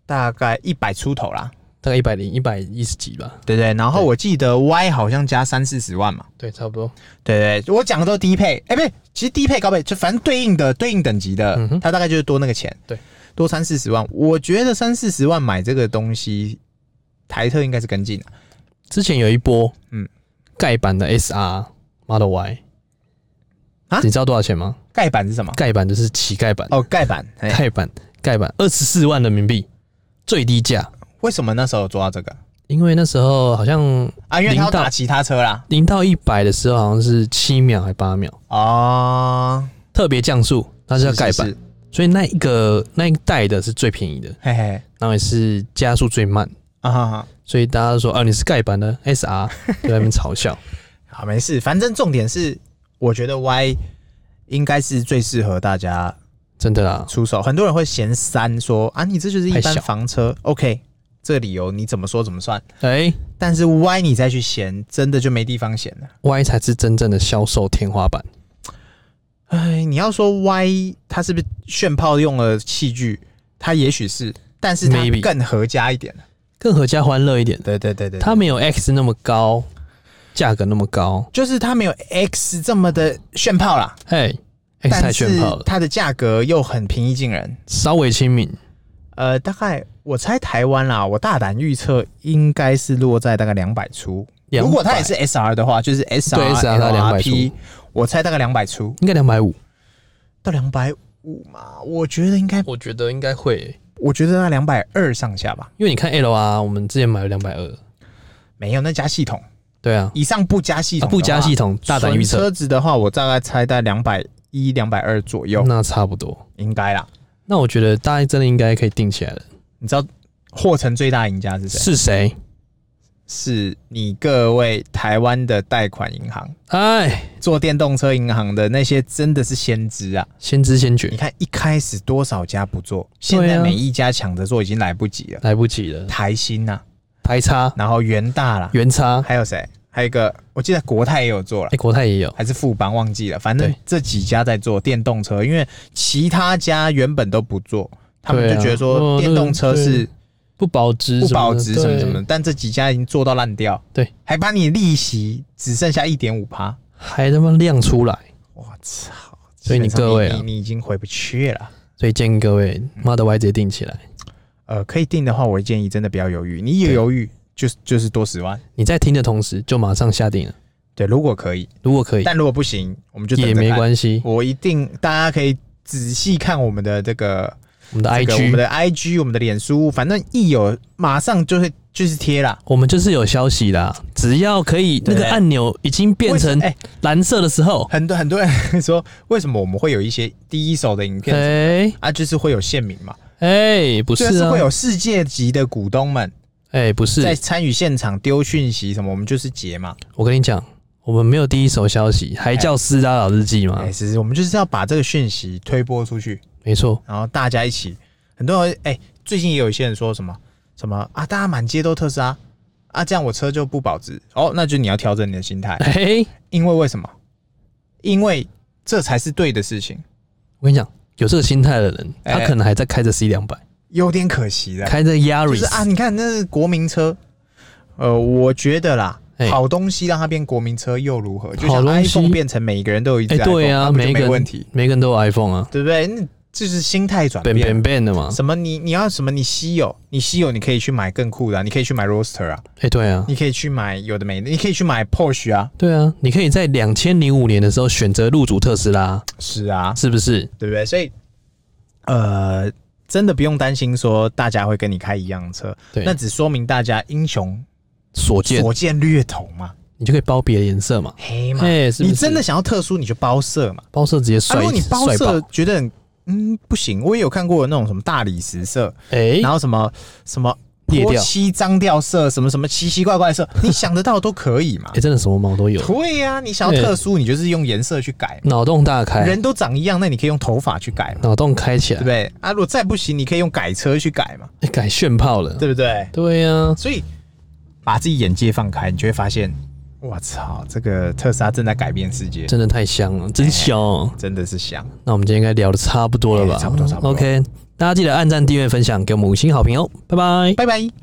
[SPEAKER 1] 大概一百出头啦，
[SPEAKER 2] 大概一百零一百一十几吧。
[SPEAKER 1] 对不对？然后我记得 Y 好像加三四十万嘛，
[SPEAKER 2] 对，差不多。
[SPEAKER 1] 对不对？我讲的都是低配，哎、不对，其实低配高配就反正对应的对应等级的，
[SPEAKER 2] 嗯哼
[SPEAKER 1] 它大概就是多那个钱，
[SPEAKER 2] 对，
[SPEAKER 1] 多三四十万。我觉得三四十万买这个东西，台特应该是跟进的、
[SPEAKER 2] 之前有一波，
[SPEAKER 1] 嗯
[SPEAKER 2] 嗯，盖板的 SR Model Y，
[SPEAKER 1] 啊
[SPEAKER 2] 你知道多少钱吗？
[SPEAKER 1] 盖板是什么？
[SPEAKER 2] 盖板就是乞丐版，
[SPEAKER 1] 哦，盖板，哎、
[SPEAKER 2] 盖板盖板二十四万人民币最低价，
[SPEAKER 1] 为什么那时候有做到这个
[SPEAKER 2] 因为那时候好像
[SPEAKER 1] 啊？因为他要
[SPEAKER 2] 零到
[SPEAKER 1] 打其他车啦，
[SPEAKER 2] 零到一百的时候好像是七秒还八秒，
[SPEAKER 1] 哦，
[SPEAKER 2] 特别降速，它是要盖板，
[SPEAKER 1] 是是
[SPEAKER 2] 所以那一个那一代的是最便宜的，
[SPEAKER 1] 嘿嘿，
[SPEAKER 2] 然后也是加速最慢。
[SPEAKER 1] 啊哈哈，
[SPEAKER 2] 所以大家都说啊，你是盖板的 SR，就在那边嘲笑。
[SPEAKER 1] 好，没事，反正重点是，我觉得 Y 应该是最适合大家
[SPEAKER 2] 真的啦，
[SPEAKER 1] 出手。很多人会嫌三说啊，你这就是一
[SPEAKER 2] 太
[SPEAKER 1] 般
[SPEAKER 2] 小
[SPEAKER 1] 房车，OK，这理由你怎么说怎么算。
[SPEAKER 2] 哎、
[SPEAKER 1] 但是 Y 你再去嫌，真的就没地方嫌了。
[SPEAKER 2] y 才是真正的销售天花板。
[SPEAKER 1] 哎，你要说 Y 它是不是炫炮用了器具，它也许是，但是它
[SPEAKER 2] Maybe
[SPEAKER 1] 更合家一点。
[SPEAKER 2] 更合家欢乐一点。
[SPEAKER 1] 对对对对，
[SPEAKER 2] 它没有 X 那么高，价格那么高。
[SPEAKER 1] 就是它没有 X 这么的炫炮啦，
[SPEAKER 2] 嘿 x 太
[SPEAKER 1] 但是
[SPEAKER 2] 炫炮了，
[SPEAKER 1] 它的价格又很平易近人。
[SPEAKER 2] 稍微亲民。
[SPEAKER 1] 呃，大概我猜台湾啦，我大胆预测应该是落在大概两百出。
[SPEAKER 2] 200
[SPEAKER 1] 如果它也是 SR 的话，就是 SR
[SPEAKER 2] 对 SR 它
[SPEAKER 1] LRP，
[SPEAKER 2] 200
[SPEAKER 1] 我猜大概两百出
[SPEAKER 2] 应该两百五，
[SPEAKER 1] 到两百五嘛，我觉得应该，
[SPEAKER 2] 我觉得应该会、
[SPEAKER 1] 我觉得那两百二上下吧。
[SPEAKER 2] 因为你看 L 啊，我们之前买了两百二，
[SPEAKER 1] 没有，那加系统
[SPEAKER 2] 对啊，
[SPEAKER 1] 以上不加系
[SPEAKER 2] 啊
[SPEAKER 1] 统、
[SPEAKER 2] 不加系，统，大胆预测，
[SPEAKER 1] 车子的话，我大概猜在两百一、两百二左右，
[SPEAKER 2] 那差不多。
[SPEAKER 1] 应该啦。
[SPEAKER 2] 那我觉得大家真的应该可以定起来了。
[SPEAKER 1] 你知道霍城最大赢家是谁？
[SPEAKER 2] 是谁？
[SPEAKER 1] 是你各位台湾的贷款银行
[SPEAKER 2] 哎，
[SPEAKER 1] 做电动车银行的那些真的是先知啊！
[SPEAKER 2] 先知先
[SPEAKER 1] 你
[SPEAKER 2] 觉，
[SPEAKER 1] 看一开始多少家不做，现
[SPEAKER 2] 对啊
[SPEAKER 1] 在每一家抢着做已经来不及了。
[SPEAKER 2] 来不及了。
[SPEAKER 1] 台新呐、
[SPEAKER 2] 排差、
[SPEAKER 1] 然后元大啦，
[SPEAKER 2] 原差，哎、
[SPEAKER 1] 还有谁？还有一个我记得国泰也有做了，
[SPEAKER 2] 国泰也有，
[SPEAKER 1] 还是富邦忘记了，反正
[SPEAKER 2] 对
[SPEAKER 1] 这几家在做电动车，因为其他家原本都不做，他们
[SPEAKER 2] 对啊
[SPEAKER 1] 就觉得
[SPEAKER 2] 哦
[SPEAKER 1] 说电动车
[SPEAKER 2] 对
[SPEAKER 1] 是
[SPEAKER 2] 不保值，
[SPEAKER 1] 不保值什么什么
[SPEAKER 2] 对
[SPEAKER 1] 的，但这几家已经做到烂掉，
[SPEAKER 2] 对，
[SPEAKER 1] 还把你利息只剩下一点五趴，
[SPEAKER 2] 还他妈亮出来。
[SPEAKER 1] 我操！
[SPEAKER 2] 所以你
[SPEAKER 1] 基本上
[SPEAKER 2] 各位啊
[SPEAKER 1] 你你你已经回不去了。
[SPEAKER 2] 所以建议各位，Model Y 直接定起来。
[SPEAKER 1] 呃，可以定的话，我建议真的不要犹豫，你一
[SPEAKER 2] 对
[SPEAKER 1] 犹豫就是就是多十万。
[SPEAKER 2] 你在听的同时就马上下定了，
[SPEAKER 1] 对，如果可以，
[SPEAKER 2] 如果可以
[SPEAKER 1] 但如果不行，我们就等
[SPEAKER 2] 也
[SPEAKER 1] 着
[SPEAKER 2] 没
[SPEAKER 1] 看。
[SPEAKER 2] 关系。
[SPEAKER 1] 我一定，大家可以仔细看我们的这个
[SPEAKER 2] 我们的
[SPEAKER 1] 这个我们
[SPEAKER 2] IG，
[SPEAKER 1] 的 IG，我们的脸书，反正一有马上就会就是贴啦。
[SPEAKER 2] 我们就是有消息啦，只要可以那
[SPEAKER 1] 对
[SPEAKER 2] 个按钮已经变成
[SPEAKER 1] 哎、
[SPEAKER 2] 蓝色的时候，
[SPEAKER 1] 很多很多人说，为什么我们会有一些第一手的影片、
[SPEAKER 2] 哎
[SPEAKER 1] 啊？就是会有县民嘛，
[SPEAKER 2] 哎，不
[SPEAKER 1] 就是是
[SPEAKER 2] 啊
[SPEAKER 1] 会，有世界级的股东们
[SPEAKER 2] 哎不是
[SPEAKER 1] 在，参与现场丢讯息什么，我们就是截嘛。
[SPEAKER 2] 我跟你讲，我们没有第一手消息，还叫私打老日记吗
[SPEAKER 1] 哎、？其实我们就是要把这个讯息推播出去，
[SPEAKER 2] 没错，
[SPEAKER 1] 然后大家一起，很多人哎、最近也有一些人说什么什么啊，大家满街都特斯拉啊，这样我车就不保值哦，那就你要调整你的心 态，
[SPEAKER 2] 哎，
[SPEAKER 1] 因为为什么？因为这才是对的事情，
[SPEAKER 2] 我跟你讲，有这个心态的人，
[SPEAKER 1] 哎
[SPEAKER 2] 他可能还在开着 C 两百，
[SPEAKER 1] 有点可惜了，
[SPEAKER 2] 开着
[SPEAKER 1] 就是啊，
[SPEAKER 2] Yaris，
[SPEAKER 1] 你看那是国民车，呃，我觉得啦。
[SPEAKER 2] 哎
[SPEAKER 1] 好东西让它变国民车又如何？就
[SPEAKER 2] 好
[SPEAKER 1] 像
[SPEAKER 2] 东西
[SPEAKER 1] iPhone 变成每一个人都有一只
[SPEAKER 2] 哎
[SPEAKER 1] iPhone，、
[SPEAKER 2] 对啊，
[SPEAKER 1] 那不就
[SPEAKER 2] 每一个
[SPEAKER 1] 没问
[SPEAKER 2] 人
[SPEAKER 1] 题，啊
[SPEAKER 2] 每个人都有 iPhone 啊，
[SPEAKER 1] 对不对？那就是心态转
[SPEAKER 2] 变
[SPEAKER 1] 变
[SPEAKER 2] 变变的嘛，
[SPEAKER 1] 什么你你要什么你稀有，你稀有你可以去买更酷的、啊，你可以去买 Roadster 啊，
[SPEAKER 2] 哎对啊，
[SPEAKER 1] 你可以去买有的没的，你可以去买 Porsche 啊，
[SPEAKER 2] 对啊，你可以在两千零五年的时候选择入主特斯拉，
[SPEAKER 1] 是啊，
[SPEAKER 2] 是不是？
[SPEAKER 1] 对不对？所以呃，真的不用担心说大家会跟你开一样的车，
[SPEAKER 2] 对，
[SPEAKER 1] 那只说明大家英雄
[SPEAKER 2] 所见
[SPEAKER 1] 所见略同嘛，
[SPEAKER 2] 你就可以包别的颜色嘛，
[SPEAKER 1] 黑嘛，
[SPEAKER 2] 哎是不是
[SPEAKER 1] 你真的想要特殊你就包色嘛，
[SPEAKER 2] 包色直接
[SPEAKER 1] 啊，
[SPEAKER 2] 帅，
[SPEAKER 1] 如果你包
[SPEAKER 2] 帅
[SPEAKER 1] 色
[SPEAKER 2] 爆，
[SPEAKER 1] 觉得很嗯不行，我也有看过那种什么大理石色，
[SPEAKER 2] 哎
[SPEAKER 1] 然，后什么什么。
[SPEAKER 2] 裂
[SPEAKER 1] 泼
[SPEAKER 2] 掉
[SPEAKER 1] 漆、脏掉色，什么什么奇奇怪怪的色，你想得到都可以嘛
[SPEAKER 2] 哎、？真的什么毛都有，
[SPEAKER 1] 对呀、你想要特殊，你就是用颜色去改。
[SPEAKER 2] 脑洞大开，
[SPEAKER 1] 人都长一样，那你可以用头发去改嘛，
[SPEAKER 2] 脑洞开起
[SPEAKER 1] 对不
[SPEAKER 2] 来，
[SPEAKER 1] 对？啊，如果再不行，你可以用改车去改嘛，
[SPEAKER 2] 哎改炫炮了。
[SPEAKER 1] 对不对？
[SPEAKER 2] 对啊呀、
[SPEAKER 1] 所以把自己眼界放开，你就会发现，我操，这个特斯拉正在改变世界，
[SPEAKER 2] 真的太香
[SPEAKER 1] 哎
[SPEAKER 2] 了，真香哦、
[SPEAKER 1] 真的是香。
[SPEAKER 2] 那我们今天应该聊的差不多了吧？
[SPEAKER 1] 哎差不多差不多
[SPEAKER 2] OK，大家记得按赞、订阅、分享，给我们五星好评哦，拜拜。
[SPEAKER 1] 拜拜。